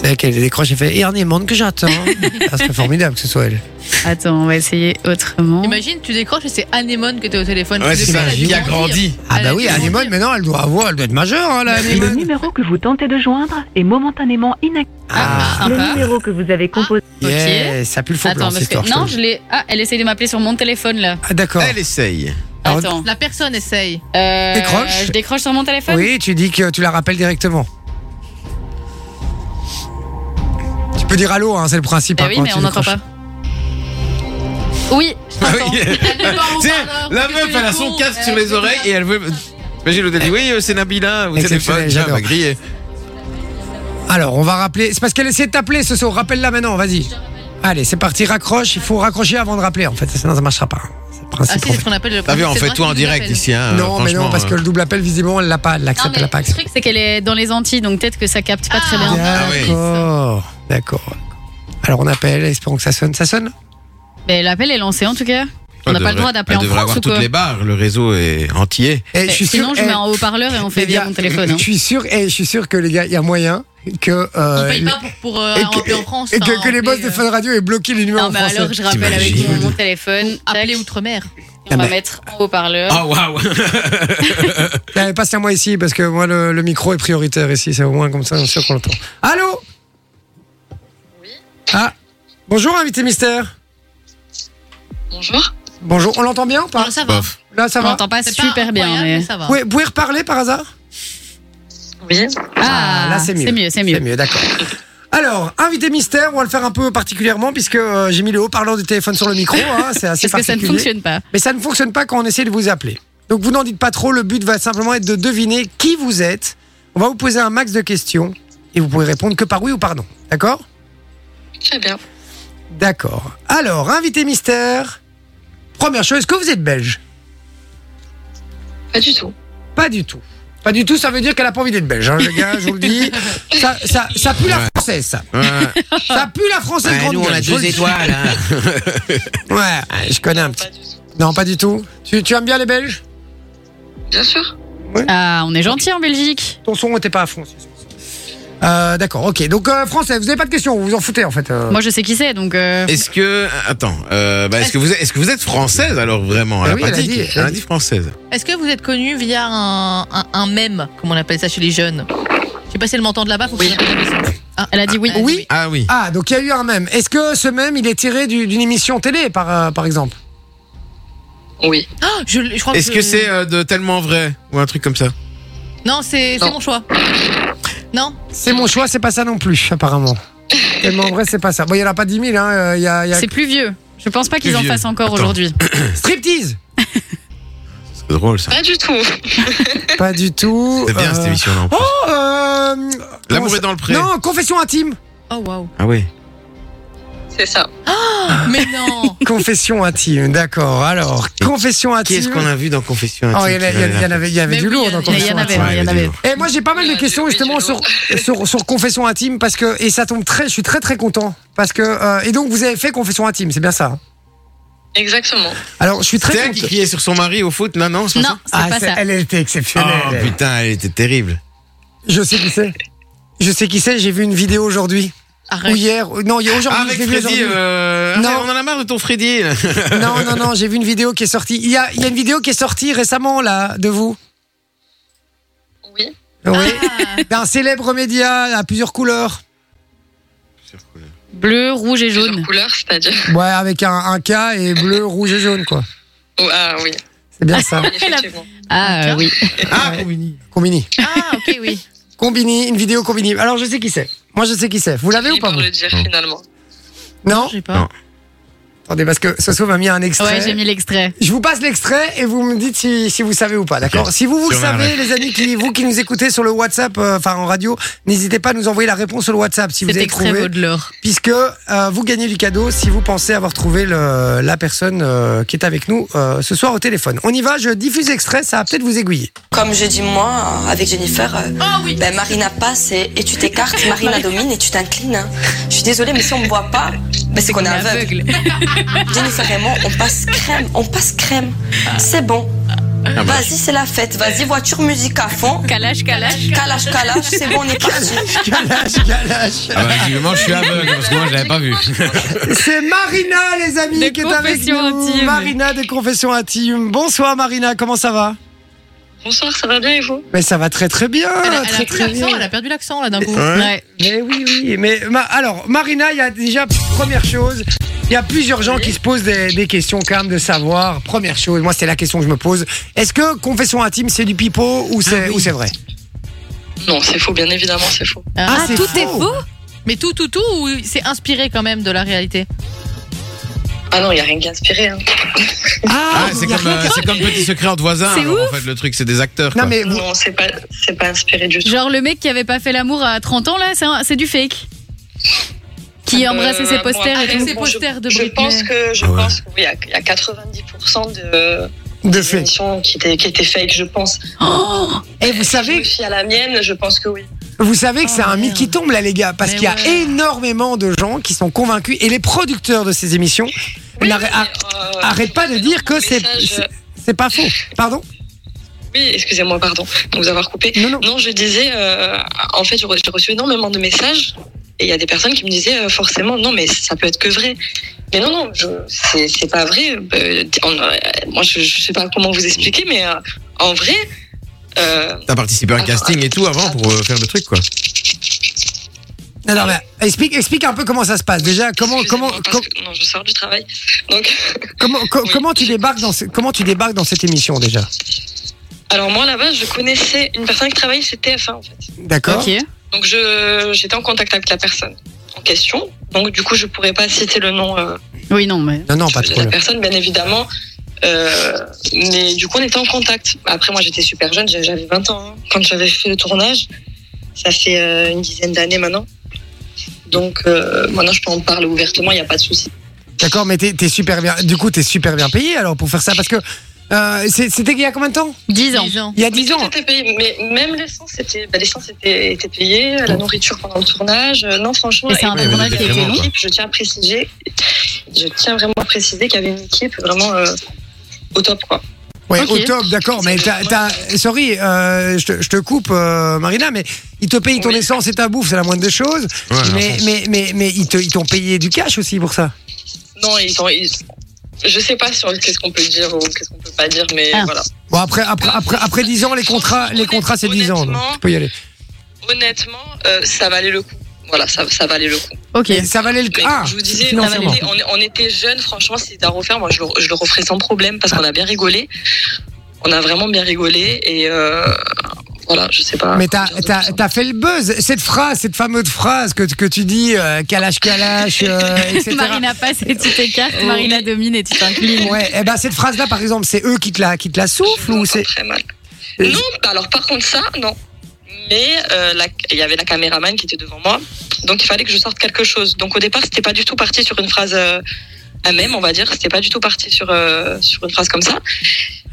C'est elle qui décroche et fait Et Ernie demande que j'attends.
[laughs]
ah, c'est formidable que ce soit elle.
Attends, on va essayer autrement.
Imagine, tu décroches et c'est Anémone que t'es au téléphone.
Ouais,
Tu
c'est
sais pas,
ça.
elle a dû
Qui a
grandir.
grandi.
Ah
Elle
bah
Euh,
a
oui,
dû
Anémone,
grandir.
maintenant elle doit avoir, elle doit être majeure, hein, la
Le
Anémone.
numéro que vous tentez de joindre est momentanément inactif.
Ah,
Le
sympa.
numéro que vous avez composé.
ok.
yeah, ça pue le faux plan,
Attends,
cette histoire.
parce que.
je te
Non,
le
je l'ai. Ah, elle essaye de m'appeler sur mon téléphone là.
dis. Ah, d'accord.
Elle essaye.
Alors,
Attends.
La personne essaye.
Euh,
Décroche.
Je décroche sur mon téléphone Eh
Oui, tu dis que tu la rappelles directement. Tu peux dire allô, hein, c'est le principe.
Bah
hein,
oui,
quand
mais
tu
on n'entend
décroches.
pas. Oui, je t'entends.
[laughs]
Elle est pas au
Bah Tiens,
hein.
haut-parleur,
la
parce que
meuf,
du
elle a son
coup,
casque sur
euh,
les oreilles et elle veut. Imagine, elle te dit Oui, euh, c'est Nabila, au téléphone.
Exceptionnel,
Tiens,
j'adore.
va griller.
Alors, on va rappeler. C'est parce qu'elle essaie de t'appeler ce soir. Rappelle-la maintenant, vas-y. Allez, c'est parti, raccroche. Il faut raccrocher avant de rappeler, en fait. Sinon, ça marchera pas. hein. C'est le
Ah,
principe.
si,
en
c'est
fait.
ce qu'on appelle le
T'as vu, on
c'est
fait
vrai
tout en
qu'ils
direct
appellent.
ici. Hein,
non, mais non,
franchement,
parce que
euh.
le double appel, visiblement, elle l'a pas. Elle
Non,
l'accepte,
mais
elle l'a pas
le
accepté.
truc, c'est qu'elle est dans les Antilles, donc peut-être que ça capte pas très bien.
Ah oui.
D'accord, d'accord. Alors, on appelle, espérons que ça sonne. Ça sonne
Mais l'appel est lancé en tout cas. On n'a pas
Elle devrait-
le droit d'appeler
Elle
en
devrait
France
avoir
ou quoi
toutes les barres. Le réseau est entier.
Eh,
Eh, Sinon, je
eh,
mets un haut-parleur et on fait
les
via
gars,
mon téléphone. hein.
Je suis sûr, eh, je suis sûr que les gars, il y a moyen que.
On
euh,
paye pas pour, pour euh,
et
un
que,
rappel en France.
et que-
hein,
que les boss
rappeler,
de Fun Radio aient bloqué les numéros
hein. Non,
en
mais
français.
alors je rappelle avec
T'imagines
mon téléphone.
euh, Appeler
Tac.
outre-mer.
On
Ah,
va
mais-
mettre en haut-parleur.
Oh, waouh
Allez, Passez-moi Eh, ici parce que moi le, le micro est prioritaire ici, c'est au moins comme ça, on est sûr qu'on l'entend. Allô Oui. Ah, bonjour invité mystère. Bonjour. Bonjour, on l'entend bien ou pas
Non, ça
[laughs]
va.
Bof.
Là ça
on
va
n'entend pas
C'est pas
super bien.
incroyable,
Mais...
ça va.
Vous pouvez- pouvez reparler par hasard
Ah,
là c'est mieux.
C'est mieux, c'est mieux.
C'est mieux, d'accord. Alors, invité mystère, on va le faire un peu particulièrement puisque euh, j'ai mis le haut-parleur du téléphone sur le micro, hein, c'est assez
Parce que ça ne
particulier.
fonctionne pas.
Mais ça ne fonctionne pas quand on essaie de vous appeler. Donc vous n'en dites pas trop, le but va simplement être de deviner qui vous êtes. On va vous poser un max de questions et vous pouvez répondre que par oui ou par non. D'accord
Très bien.
D'accord. Alors, invité mystère, première chose, est-ce que vous êtes belge
Pas du tout.
Pas du tout. Pas du tout, ça veut dire qu'elle a pas envie d'être belge, hein, les gars, je vous le dis. Ça, ça, ça pue la
Ouais.
française, ça.
Ouais.
Ça pue la française
Ouais,
grande
nous, on
gueule,
a
je vous
deux
le dis.
étoiles. hein.
Ouais, je connais un petit.
Pas du tout.
Non, pas du tout. Tu, tu aimes bien les Belges
Bien sûr.
Ah, on est gentil en Belgique.
Ton son n'était pas à fond. Euh, D'accord, ok. Donc, euh, français, vous n'avez pas de questions, vous vous en foutez en fait. euh.
Moi, je sais qui c'est, donc. euh,
[laughs] Est-ce que attends, euh, bah, est-ce que vous êtes, est-ce que vous êtes française alors vraiment à
Eh
la
oui, elle a
pratique
dit, elle a
Elle a
dit.
dit française.
Est-ce que vous êtes connu via un, un, un mème, comme on appelle ça chez les jeunes Je sais pas si elle m'entend de là-bas, faut que je-
Elle a dit oui.
Ah,
Oui.
Ah oui.
Ah, donc il y a eu un même. Est-ce que ce même, il est tiré du- d'une émission télé, par, euh, par exemple
Oui.
Ah, je, je crois
Est-ce que
je-
c'est euh, de tellement vrai ou un truc comme ça
Non, c'est c'est
Non.
mon choix. Non
C'est mon choix, c'est pas ça non plus, apparemment. Tellement vrai, c'est pas ça. Bon, il n'y en a pas 10 000, hein. euh, Il y a, il y a...
C'est plus vieux. Je pense pas
Plus
qu'ils en
vieux.
fassent encore
Attends.
aujourd'hui.
Striptease
C'est drôle ça.
Pas du tout.
Pas du tout.
C'est bien
euh,
cette émission là. en plus.
Oh, euh, comment
L'amour
ça-
est dans le pré.
Non, confession
[laughs]
intime.
Oh waouh.
Ah oui.
C'est ça.
Ah.
Mais
[laughs]
non
Confession intime, d'accord. Alors, confession
Qui est-ce
intime.
qu'on a vu dans Confession
Oh,
intime
il y, en a- il y en a- il y en avait, il y avait
Mais
du
oui,
lourd
il y en
dans
a-
Il y
confession
en avait,
intime.
il y en avait.
Et Eh, moi j'ai pas mal de
Oui,
questions
oui,
justement
du
sur,
lourd.
sur sur confession intime parce que et ça tombe très je suis très très content parce que euh, et donc vous avez fait confession intime c'est bien ça hein
Exactement.
alors je suis très
C'est elle qui
content
criait sur son mari au foot Non, non, c'est pas
Non, c'est
Ah,
pas
c'est-
ça.
elle elle était
ça.
exceptionnelle
Oh
elle.
putain, elle était terrible.
je sais qui c'est je sais qui c'est j'ai vu une vidéo aujourd'hui ou
Arrête.
hier ou- non il y a aujourd'hui
Ah, avec
je l'ai vu
Freddy,
aujourd'hui.
euh...
Non.
ah, on en a marre de ton Freddy. là.
non non non j'ai vu une vidéo qui est sortie il y a il y a une vidéo qui est sortie récemment là de vous
Oui.
oui d'un célèbre média à plusieurs couleurs
Bleu, rouge et
Plusieurs
jaune.
couleurs, c'est-à-dire.
ouais avec un, un K et bleu rouge et jaune quoi
Oh, ah oui.
c'est bien ça
Effectivement.
Ah euh, oui.
Ah, Combini.
combini
Ah, ok, oui.
[laughs] Combini, une vidéo Combini. Alors je sais qui c'est. Moi je sais qui c'est. Vous l'avez ou
Fini
pas
par
vous
le dire
Non.
finalement.
Non
J'ai pas.
Attendez parce que Soso m'a mis un extrait.
Ouais, j'ai mis l'extrait.
Je vous passe l'extrait et vous me dites si, si vous savez ou pas, d'accord
Ok.
Si vous vous le
Sur la
savez, les amis qui vous qui nous écoutez sur le WhatsApp, euh, enfin en radio, n'hésitez pas à nous envoyer la réponse sur le WhatsApp si vous
Cet
avez
extrait
trouvé,
vaut de l'or.
puisque euh, vous gagnez du cadeau si vous pensez avoir trouvé le- la personne euh, qui est avec nous euh, ce soir au téléphone. On y va, je diffuse l'extrait, ça va peut-être vous aiguiller. [laughs]
Comme je dis moi, euh, avec Jennifer, euh,
Ah oui
ben, Marina passe et, et tu t'écartes, Marina domine et tu t'inclines. hein. Je suis désolée, mais si on me voit pas, ben, c'est qu'on est aveugle. Jennifer et moi, on passe crème, on passe crème. C'est bon.
bah.
Vas-y, c'est la fête. Vas-y, voiture, musique à fond.
Calage, calage.
Calage, calage, c'est bon, on est parti.
Galache, galache.
Ah, bah, visiblement, je suis aveugle parce que moi, je l'avais pas vu.
C'est Marina, les amis,
De
qui est avec nous.
Confessions Intimes.
Marina de Confessions Intimes. Bonsoir Marina, comment ça va
Bonsoir, ça va bien et vous
Mais ça va très très bien,
Elle a, elle a
Oh, très
plus
très
l'accent,
bien.
elle a perdu l'accent là d'un coup.
Ouais.
Mais oui, oui. Mais ma- alors, Marina, il y a déjà première chose. Il y a plusieurs gens qui se posent des, des questions quand même de savoir. Première chose, moi c'est la question que je me pose. Est-ce que confession intime c'est du pipeau ou c'est ou c'est vrai
Non, c'est faux, bien évidemment, c'est faux.
Ah, c'est
tout
faux.
est faux
Mais tout, tout, tout, ou c'est inspiré quand même de la réalité
Ah non, il n'y a rien qui a inspiré. Hein.
Ah, c'est comme, euh, c'est comme Petit Secret entre voisins.
C'est
alors, En fait, le truc, c'est des acteurs.
euh, Non
quoi.
mais vous-
Non, c'est pas, c'est pas inspiré du tout.
Genre le mec qui avait pas fait l'amour à 30 ans là, c'est un- c'est du fake. Qui
Euh,
embrassait ses
bon,
posters et
après,
tout.
ses
bon, je-
posters de
je
Britney.
pense que je
Ah ouais.
pense que oui, il y a 90% de
de
des
fait.
émissions qui étaient qui étaient fake, je pense.
Oh
Et vous
Si je
savez,
me fie à la mienne, je pense que oui.
vous savez que
Oh,
c'est un mythe
merde.
qui tombe là les gars, parce
Mais
qu'il y a
ouais.
énormément de gens qui sont convaincus et les producteurs de ces émissions n'arrêtent-
mais,
ar-
euh,
arrêtent pas de dire que c'est
message,
c'est- c'est pas faux. Pardon
Oui, excusez-moi, pardon de vous avoir coupé.
Non non.
Non, je disais, euh, en fait, j'ai re- j'ai reçu énormément de messages et il y a des personnes qui me disaient euh, forcément, non, mais ça peut être que vrai. Mais non, non, je- c'est c'est pas vrai. Euh, on- euh, moi, je, je sais pas comment vous expliquer, mais euh, en vrai, euh,
T'as participé à un casting et tout avant pour euh, faire le truc, quoi.
Non, non, mais bah, explique, explique un peu comment ça se passe. Déjà, comment, comment,
excusez-moi, parce
com-
que- non, je sors du travail. Donc,
comment, co-
Oui.
comment tu débarques dans, ce- comment tu débarques dans cette émission déjà
alors moi là-bas, je connaissais une personne qui travaillait chez TF1 en fait.
D'accord.
Ok.
Donc je j'étais en contact avec la personne en question. Donc du coup, je pourrais pas citer le nom. euh,
Oui, non, mais.
Non, non, pas trop.
la
là.
personne, bien évidemment. Euh, mais du coup, on était en contact. Après, moi, j'étais super jeune, j'avais- j'avais 20 ans hein, quand j'avais fait le tournage. Ça fait euh, une dizaine d'années maintenant. Donc, euh, maintenant, je peux en parler ouvertement, il n'y a pas de souci.
D'accord, mais t'es t'es super bien. Du coup, t'es super bien payé alors pour faire ça parce que euh, c'est- c'était il y a combien de temps
10 ans.
Les gens.
Il y a
Mais
10
tout
ans.
était payé. Mais même l'essence était, bah, l'essence était, était payée, la nourriture pendant le tournage. Euh, Non, franchement,
Et c'est un
puis,
tournage
il y
qui a
avait
été
une
long.
équipe, Je tiens à préciser, je tiens vraiment à préciser qu'il y avait une équipe vraiment euh, au top, quoi.
Ouais,
Ok.
au top, d'accord. Mais t'as, t'as- sorry, euh, je te- je te coupe, euh, Marina, mais ils te payent ton essence et ta bouffe, c'est la moindre des choses.
Ouais,
mais,
l'essence.
mais, mais, mais ils, te- ils t'ont payé du cash aussi pour ça.
Non, ils ont. Ils... Je sais pas sur qu'est-ce qu'on peut dire ou qu'est-ce qu'on peut pas dire, mais
Ah.
voilà.
Bon, après, après, après, après 10 ans, les contrats, les contrats c'est 10 ans. donc tu peux y aller.
Honnêtement, euh, ça valait le coup. Voilà, ça, ça valait le coup.
Ok.
ça valait le
Mais
Ah,
comme je vous disais, on,
financièrement.
était- on est- on était jeunes, franchement, si c'était à refaire, moi je le, je le referais sans problème parce qu'on a bien rigolé. On a vraiment bien rigolé et euh, voilà, je sais pas.
Mais t'as,
hein.
t'as, t'as fait le buzz. Cette phrase, cette fameuse phrase que, que tu dis, euh, calache, calache, euh, etc.
[laughs] Marina passe et tu t'écartes, Marina domine et tu t'inclines.
Ouais, et ben cette phrase-là, par exemple, c'est eux qui te la, qui te la soufflent ou c'est.
Non, bah alors par contre ça, non. Mais euh, la- il y avait la caméraman qui était devant moi, donc il fallait que je sorte quelque chose. Donc au départ, c'était pas du tout parti sur une phrase euh, à même, on va dire. C'était pas du tout parti sur euh, sur une phrase comme ça.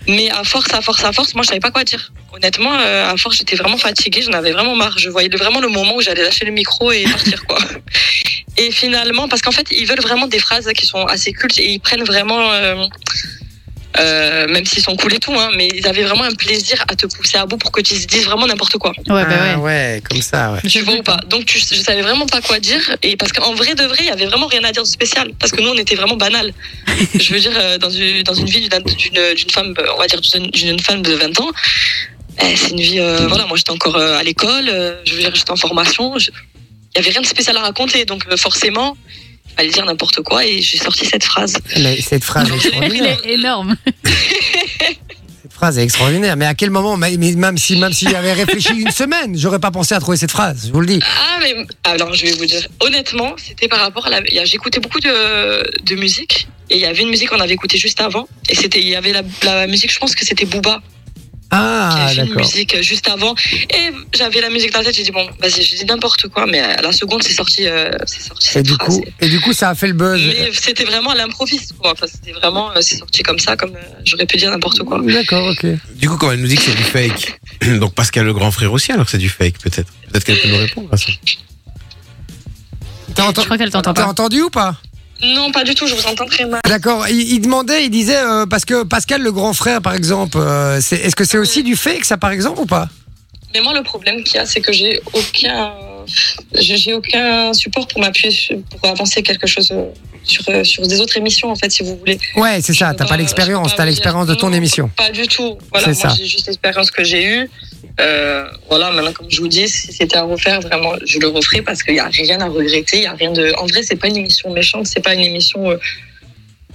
Mais à force, à force, à force, moi je savais pas quoi dire. Honnêtement, euh, à force, j'étais vraiment fatiguée, j'en avais vraiment marre. Je voyais le- vraiment le moment où j'allais lâcher le micro et partir quoi. [laughs] Et finalement, parce qu'en fait, ils veulent vraiment des phrases qui sont assez cultes et ils prennent vraiment. euh, euh, même s'ils sont cool et tout, hein, mais ils avaient vraiment un plaisir à te pousser à bout pour que tu se dises vraiment n'importe quoi.
Ouais, bah ouais.
Ah ouais, comme ça, ouais.
Tu vois ou pas Donc tu, je savais vraiment pas quoi dire et parce qu'en vrai de vrai, il y avait vraiment rien à dire de spécial parce que nous on était vraiment banal. je veux dire euh, dans une dans une vie d'une- d'une d'une femme, euh, on va dire d'une d'une femme de 20 ans, eh, c'est une vie euh, voilà, moi j'étais encore euh, à l'école, euh, je veux dire j'étais en formation, je- il y avait rien de spécial à raconter donc euh, forcément il fallait dire n'importe quoi et j'ai sorti cette phrase.
Mais Eh ben, cette phrase est
Il [laughs]
extraordinaire.
est énorme.
Cette phrase est extraordinaire. Mais à quel moment, mais- mais même si, même si j'avais réfléchi une semaine, j'aurais pas pensé à trouver cette phrase. Je vous le dis.
Ah, mais alors je vais vous dire, honnêtement, c'était par rapport à la. il y a- J'écoutais beaucoup de, de musique, et il y avait une musique qu'on avait écoutée juste avant, et c'était il y avait la, la musique, je pense que c'était Booba. qui
Ah,
avait fait une
d'accord.
musique euh, juste avant, et j'avais la musique dans la tête, j'ai dit, bon, vas-y, j'ai dit n'importe quoi, mais à la seconde, c'est sorti. euh, c'est sorti
Et
cette
du
phrase.
coup, et du coup, ça a fait le buzz.
Mais c'était vraiment à l'improviste, quoi. Enfin, c'était vraiment, euh, c'est sorti comme ça, comme euh, j'aurais pu dire n'importe quoi.
D'accord, ok.
Du coup, quand elle nous dit que c'est du fake, [clears throat] donc Pascal le grand frère aussi, alors que c'est du fake, peut-être. Peut-être qu'elle peut nous répondre à ça.
T'as
Je
entendu,
crois qu'elle t'entend
t'as
pas.
entendu ou pas
Non, pas du tout, je vous entends très mal.
D'accord. Il, il demandait, il disait euh, parce que Pascal, le grand frère, par exemple, euh, c'est- est-ce que c'est aussi du fake ça, par exemple, ou pas
Mais moi, le problème qu'il y a, c'est que j'ai aucun, j'ai j'ai aucun support pour m'appuyer, sur- pour avancer quelque chose euh, sur, euh, sur des autres émissions, en fait, si vous voulez.
Ouais, c'est ça.
peux
T'as
pas-
pas
Euh, je
l'expérience.
peux
T'as
pas vous
l'expérience de
dire
ton
non.
émission.
Pas du tout. Voilà,
C'est
moi,
ça.
j'ai juste l'expérience que j'ai eue. Euh, voilà, maintenant, comme je vous dis, si c'était à refaire, vraiment, je le referais parce qu'il n'y a rien à regretter. Il y a rien de. En vrai, c'est pas une émission méchante, c'est pas une émission. euh,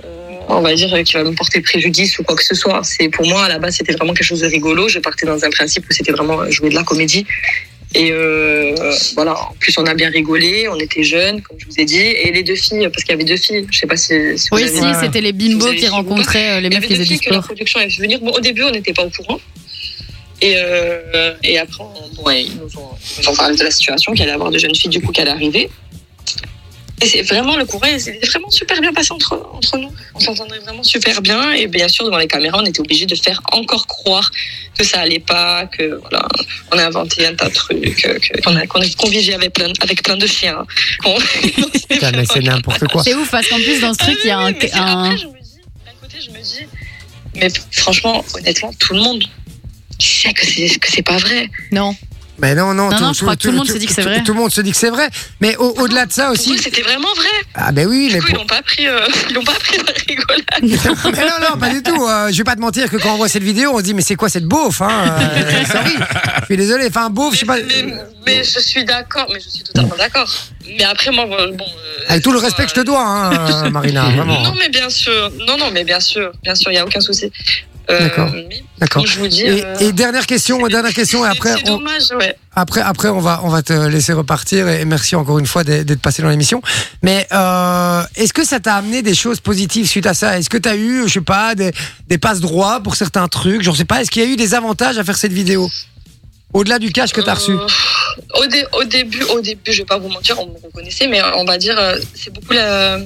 euh, on va dire euh, qui va me porter préjudice ou quoi que ce soit. C'est pour moi à la base c'était vraiment quelque chose de rigolo. Je partais dans un principe où c'était vraiment euh, jouer de la comédie. Et euh, voilà, en plus on a bien rigolé, on était jeunes, comme je vous ai dit. Et les deux filles, parce qu'il y avait deux filles, je sais pas si, si vous
Oui,
avez
si, c'était les bimbos qui rencontraient euh, les
il y
meufs
avait
qui
deux
faisaient du
filles que la
sport.
production avait fait venir. Bon, au début, on n'était pas au courant. Et, euh, et après, on- bon, ouais, ils nous ont, ils nous ont parlé de la situation, qu'il allait y avoir de jeunes filles du coup qui allaient arriver. Et c'est vraiment le courant, c'est vraiment super bien passé entre, entre nous. On s'entendait vraiment super bien. Et bien sûr, devant les caméras, on était obligé de faire encore croire que ça allait pas, que voilà, on a inventé un tas de trucs, euh, que- qu'on a- qu'on est convivié avec plein, avec plein de chiens. qu'on- [laughs] C'est
Putain, mais c'est n'importe quoi.
C'est ouf parce qu'en plus dans ce truc il y a un.
oui, mais c'est-
un-
Après, je me dis, d'un côté, je me dis, mais franchement, honnêtement, tout le monde sait que c'est que c'est pas vrai.
Non.
Mais non, non.
Non, non, je crois que tout le monde se dit que c'est
tout-
vrai.
Tout le monde se dit que c'est vrai. Mais
Ah
au- au-delà de ça
Pour eux,
aussi.
c'était vraiment vrai.
Ah ben oui,
Du
mais
coup,
pour-
ils l'ont pas pris, euh, [laughs] ils l'ont pas pris à la rigolade.
[laughs] Mais non, non, pas du tout. Euh, je vais pas te mentir que quand on voit cette vidéo, on se dit mais c'est quoi cette beauf hein
[laughs]
Euh, Sorry, je suis désolé. Enfin, beauf, je sais pas. euh,
Mais, mais- mais je suis d'accord, mais je suis totalement d'accord. Mais après, moi, bon. euh,
Avec tout le respect que je te dois, hein, euh, Marina, vraiment.
Non, mais bien sûr. Non, non, mais bien sûr, bien sûr, il y a aucun souci. Euh,
D'accord.
mais
D'accord.
comme je vous dis.
Et,
euh,
et dernière question, dernière question, et
c'est-
après
C'est
on,
dommage, ouais.
après après on va on va te laisser repartir et merci encore une fois d'être d'être passé dans l'émission. Mais euh, est-ce que ça t'a amené des choses positives suite à ça Est-ce que t'as eu, je sais pas, des, des passes droits pour certains trucs Je sais pas. Est-ce qu'il y a eu des avantages à faire cette vidéo au-delà du cash que t'as reçu
Euh, au, dé- au début, au début, je vais pas vous mentir, on me reconnaissait, mais on va dire, euh, c'est beaucoup la-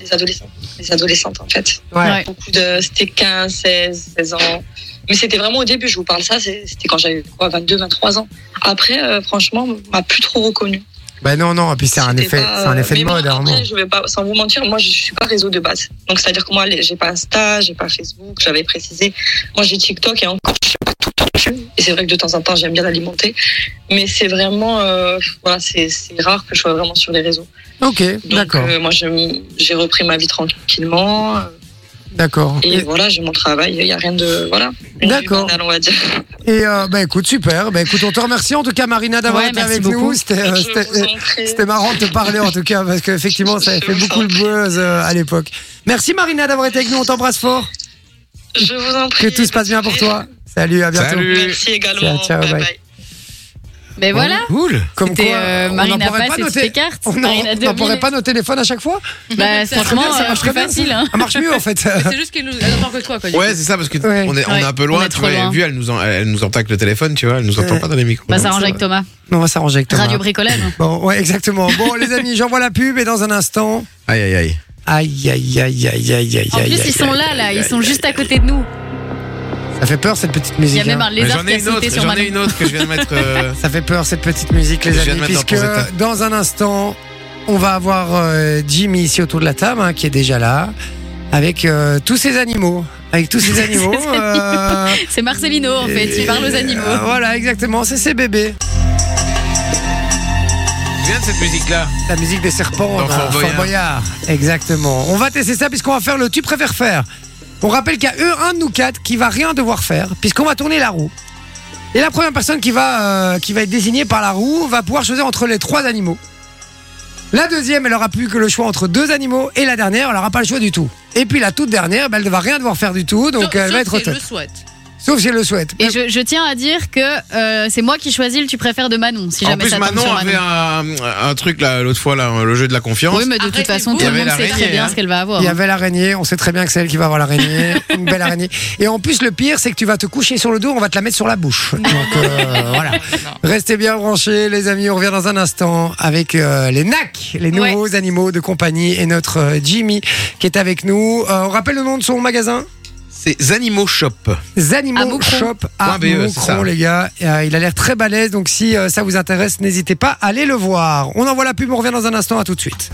les adolescents, les adolescentes en fait.
Ouais.
Beaucoup de, c'était 15, 16, 16 ans. Mais c'était vraiment au début, je vous parle ça, c'est- c'était quand j'avais quoi, 22, 23 ans. Après, euh, franchement, on m'a plus trop reconnu.
Bah non, non, et puis c'est un effet,
pas,
c'est un
euh,
effet de
mais bon,
mode. hein, à un moment.
après, je vais pas, sans vous mentir, moi je suis pas réseau de base. Donc c'est à dire que moi les- j'ai pas Insta, j'ai pas Facebook, j'avais précisé. Moi j'ai TikTok et encore je suis pas tout le temps dessus. Et c'est vrai que de temps en temps j'aime bien l'alimenter, mais c'est vraiment euh, voilà c'est c'est rare que je sois vraiment sur les réseaux.
Ok,
Donc,
d'accord,
euh, moi je- j'ai repris ma vie tranquillement euh,
d'accord.
et voilà j'ai mon travail. Il y a rien de voilà. une vie
D'accord.
banale, on
[laughs]
va dire.
Et euh, bah écoute, super. Bah écoute, on te remercie en tout cas, Marina, d'avoir
Ouais,
été
merci
avec
beaucoup.
nous. C'était, euh,
Je
c'était-
vous en prie.
c'était marrant de te parler en tout cas, parce qu'effectivement, ça avait fait beaucoup de buzz euh, à l'époque. Merci, Marina, d'avoir été avec nous. On t'embrasse fort.
Je vous en
prie. Que tout se passe bien pour toi. Salut, à bientôt.
Salut.
Merci également.
Ciao, ciao,
Bye
bye.
bye.
Mais Ben voilà.
Cool.
Comme
C'était,
quoi,
euh,
on
Marina
n'emporrait
Pass
pas
et
nos
Ticket Cart,
[laughs] on n'en-
Marina
on
2000.
n'emporrait pas nos téléphones à chaque fois.
Bah,
Ça serait
franchement,
bien, ça
euh,
marche
plus
très bien,
facile,
ça.
hein.
Ça marche mieux en
[laughs]
fait.
C'est juste qu'elle nous attend que toi, quoi. du
Ouais,
coup.
c'est ça, parce que
Ouais.
on, est, on
Ouais.
est un peu
On
loin,
est
tu
trop
vois.
loin.
Vu, elle nous, en- elle nous entend avec le téléphone, tu vois, elle nous entend
Ouais.
pas dans les micros.
Bah, ça
Donc,
arrange
va.
avec Thomas.
On va s'arranger avec Thomas.
Radio bricolage.
Bon, ouais, exactement. Bon, les amis, j'envoie la pub et dans un instant.
Aïe, aïe, aïe.
Aïe, aïe, aïe, aïe, aïe, aïe.
En
aïe,
plus,
aïe,
ils sont
aïe.
là, là. Ils sont juste à côté de nous.
Ça fait peur cette petite
Il y
musique.
a même
hein.
un
Mais
lézard
J'en
qui
ai
a
une autre,
sauté sur
j'en ai
Manon.
une autre que je viens de
[laughs]
mettre. euh,
Ça fait peur cette petite musique, les
Je viens
amis,
de mettre un
puisque
pour Zeta.
dans un instant, on va avoir euh, Jimmy ici autour de la table, hein, qui est déjà là, avec euh, tous ses animaux. Avec tous ses
[laughs]
animaux. euh,
C'est Marcelino, en fait.
et-
Il parle aux animaux.
euh, voilà, exactement, c'est ses bébés.
Je viens de cette musique-là.
La musique des serpents,
Dans
bah,
Fort Boyard.
Exactement. On va tester ça puisqu'on va faire le tu préfères faire. On rappelle qu'il y a eu un de nous quatre qui va rien devoir faire puisqu'on va tourner la roue. Et la première personne qui va, euh, qui va être désignée par la roue va pouvoir choisir entre les trois animaux. La deuxième, elle aura plus que le choix entre deux animaux. Et la dernière, elle n'aura pas le choix du tout. Et puis la toute dernière, ben, elle ne va rien devoir faire du tout. Donc
Sauf-
elle
sauf
va être au
si elle
top.
le souhaite.
Sauf si elle le souhaite.
Et je, je tiens à dire que euh, c'est moi qui choisis le tu préfères de Manon, si
En
jamais
plus,
ça tombe
Manon
sur
avait
Manon.
un, un truc là, l'autre fois, là, le jeu de la confiance.
Oui, mais de toute façon,
Arrêtez-vous.
tout le
Il y avait
monde sait très
l'araignée,
bien
hein.
ce qu'elle va avoir.
Il y avait l'araignée, on sait très bien que c'est elle qui va avoir
[laughs]
l'araignée, une belle araignée. Et en plus, le pire, c'est que tu vas te coucher sur le dos, on va te la mettre sur la bouche. Donc euh, voilà. Restez bien branchés, les amis, on revient dans un instant avec euh, les NAC, les
Ouais.
nouveaux animaux de compagnie, et notre euh, Jimmy qui est avec nous. Euh, on rappelle le nom de son magasin
C'est Animaux Shop.
À
Zanimaux
Moucron.
Shop à
Point BE, c'est
Moucron,
ça.
les gars. Euh, il a l'air très balèze, donc si euh, ça vous intéresse, n'hésitez pas à aller le voir. On envoie la pub, on revient dans un instant, à tout de suite.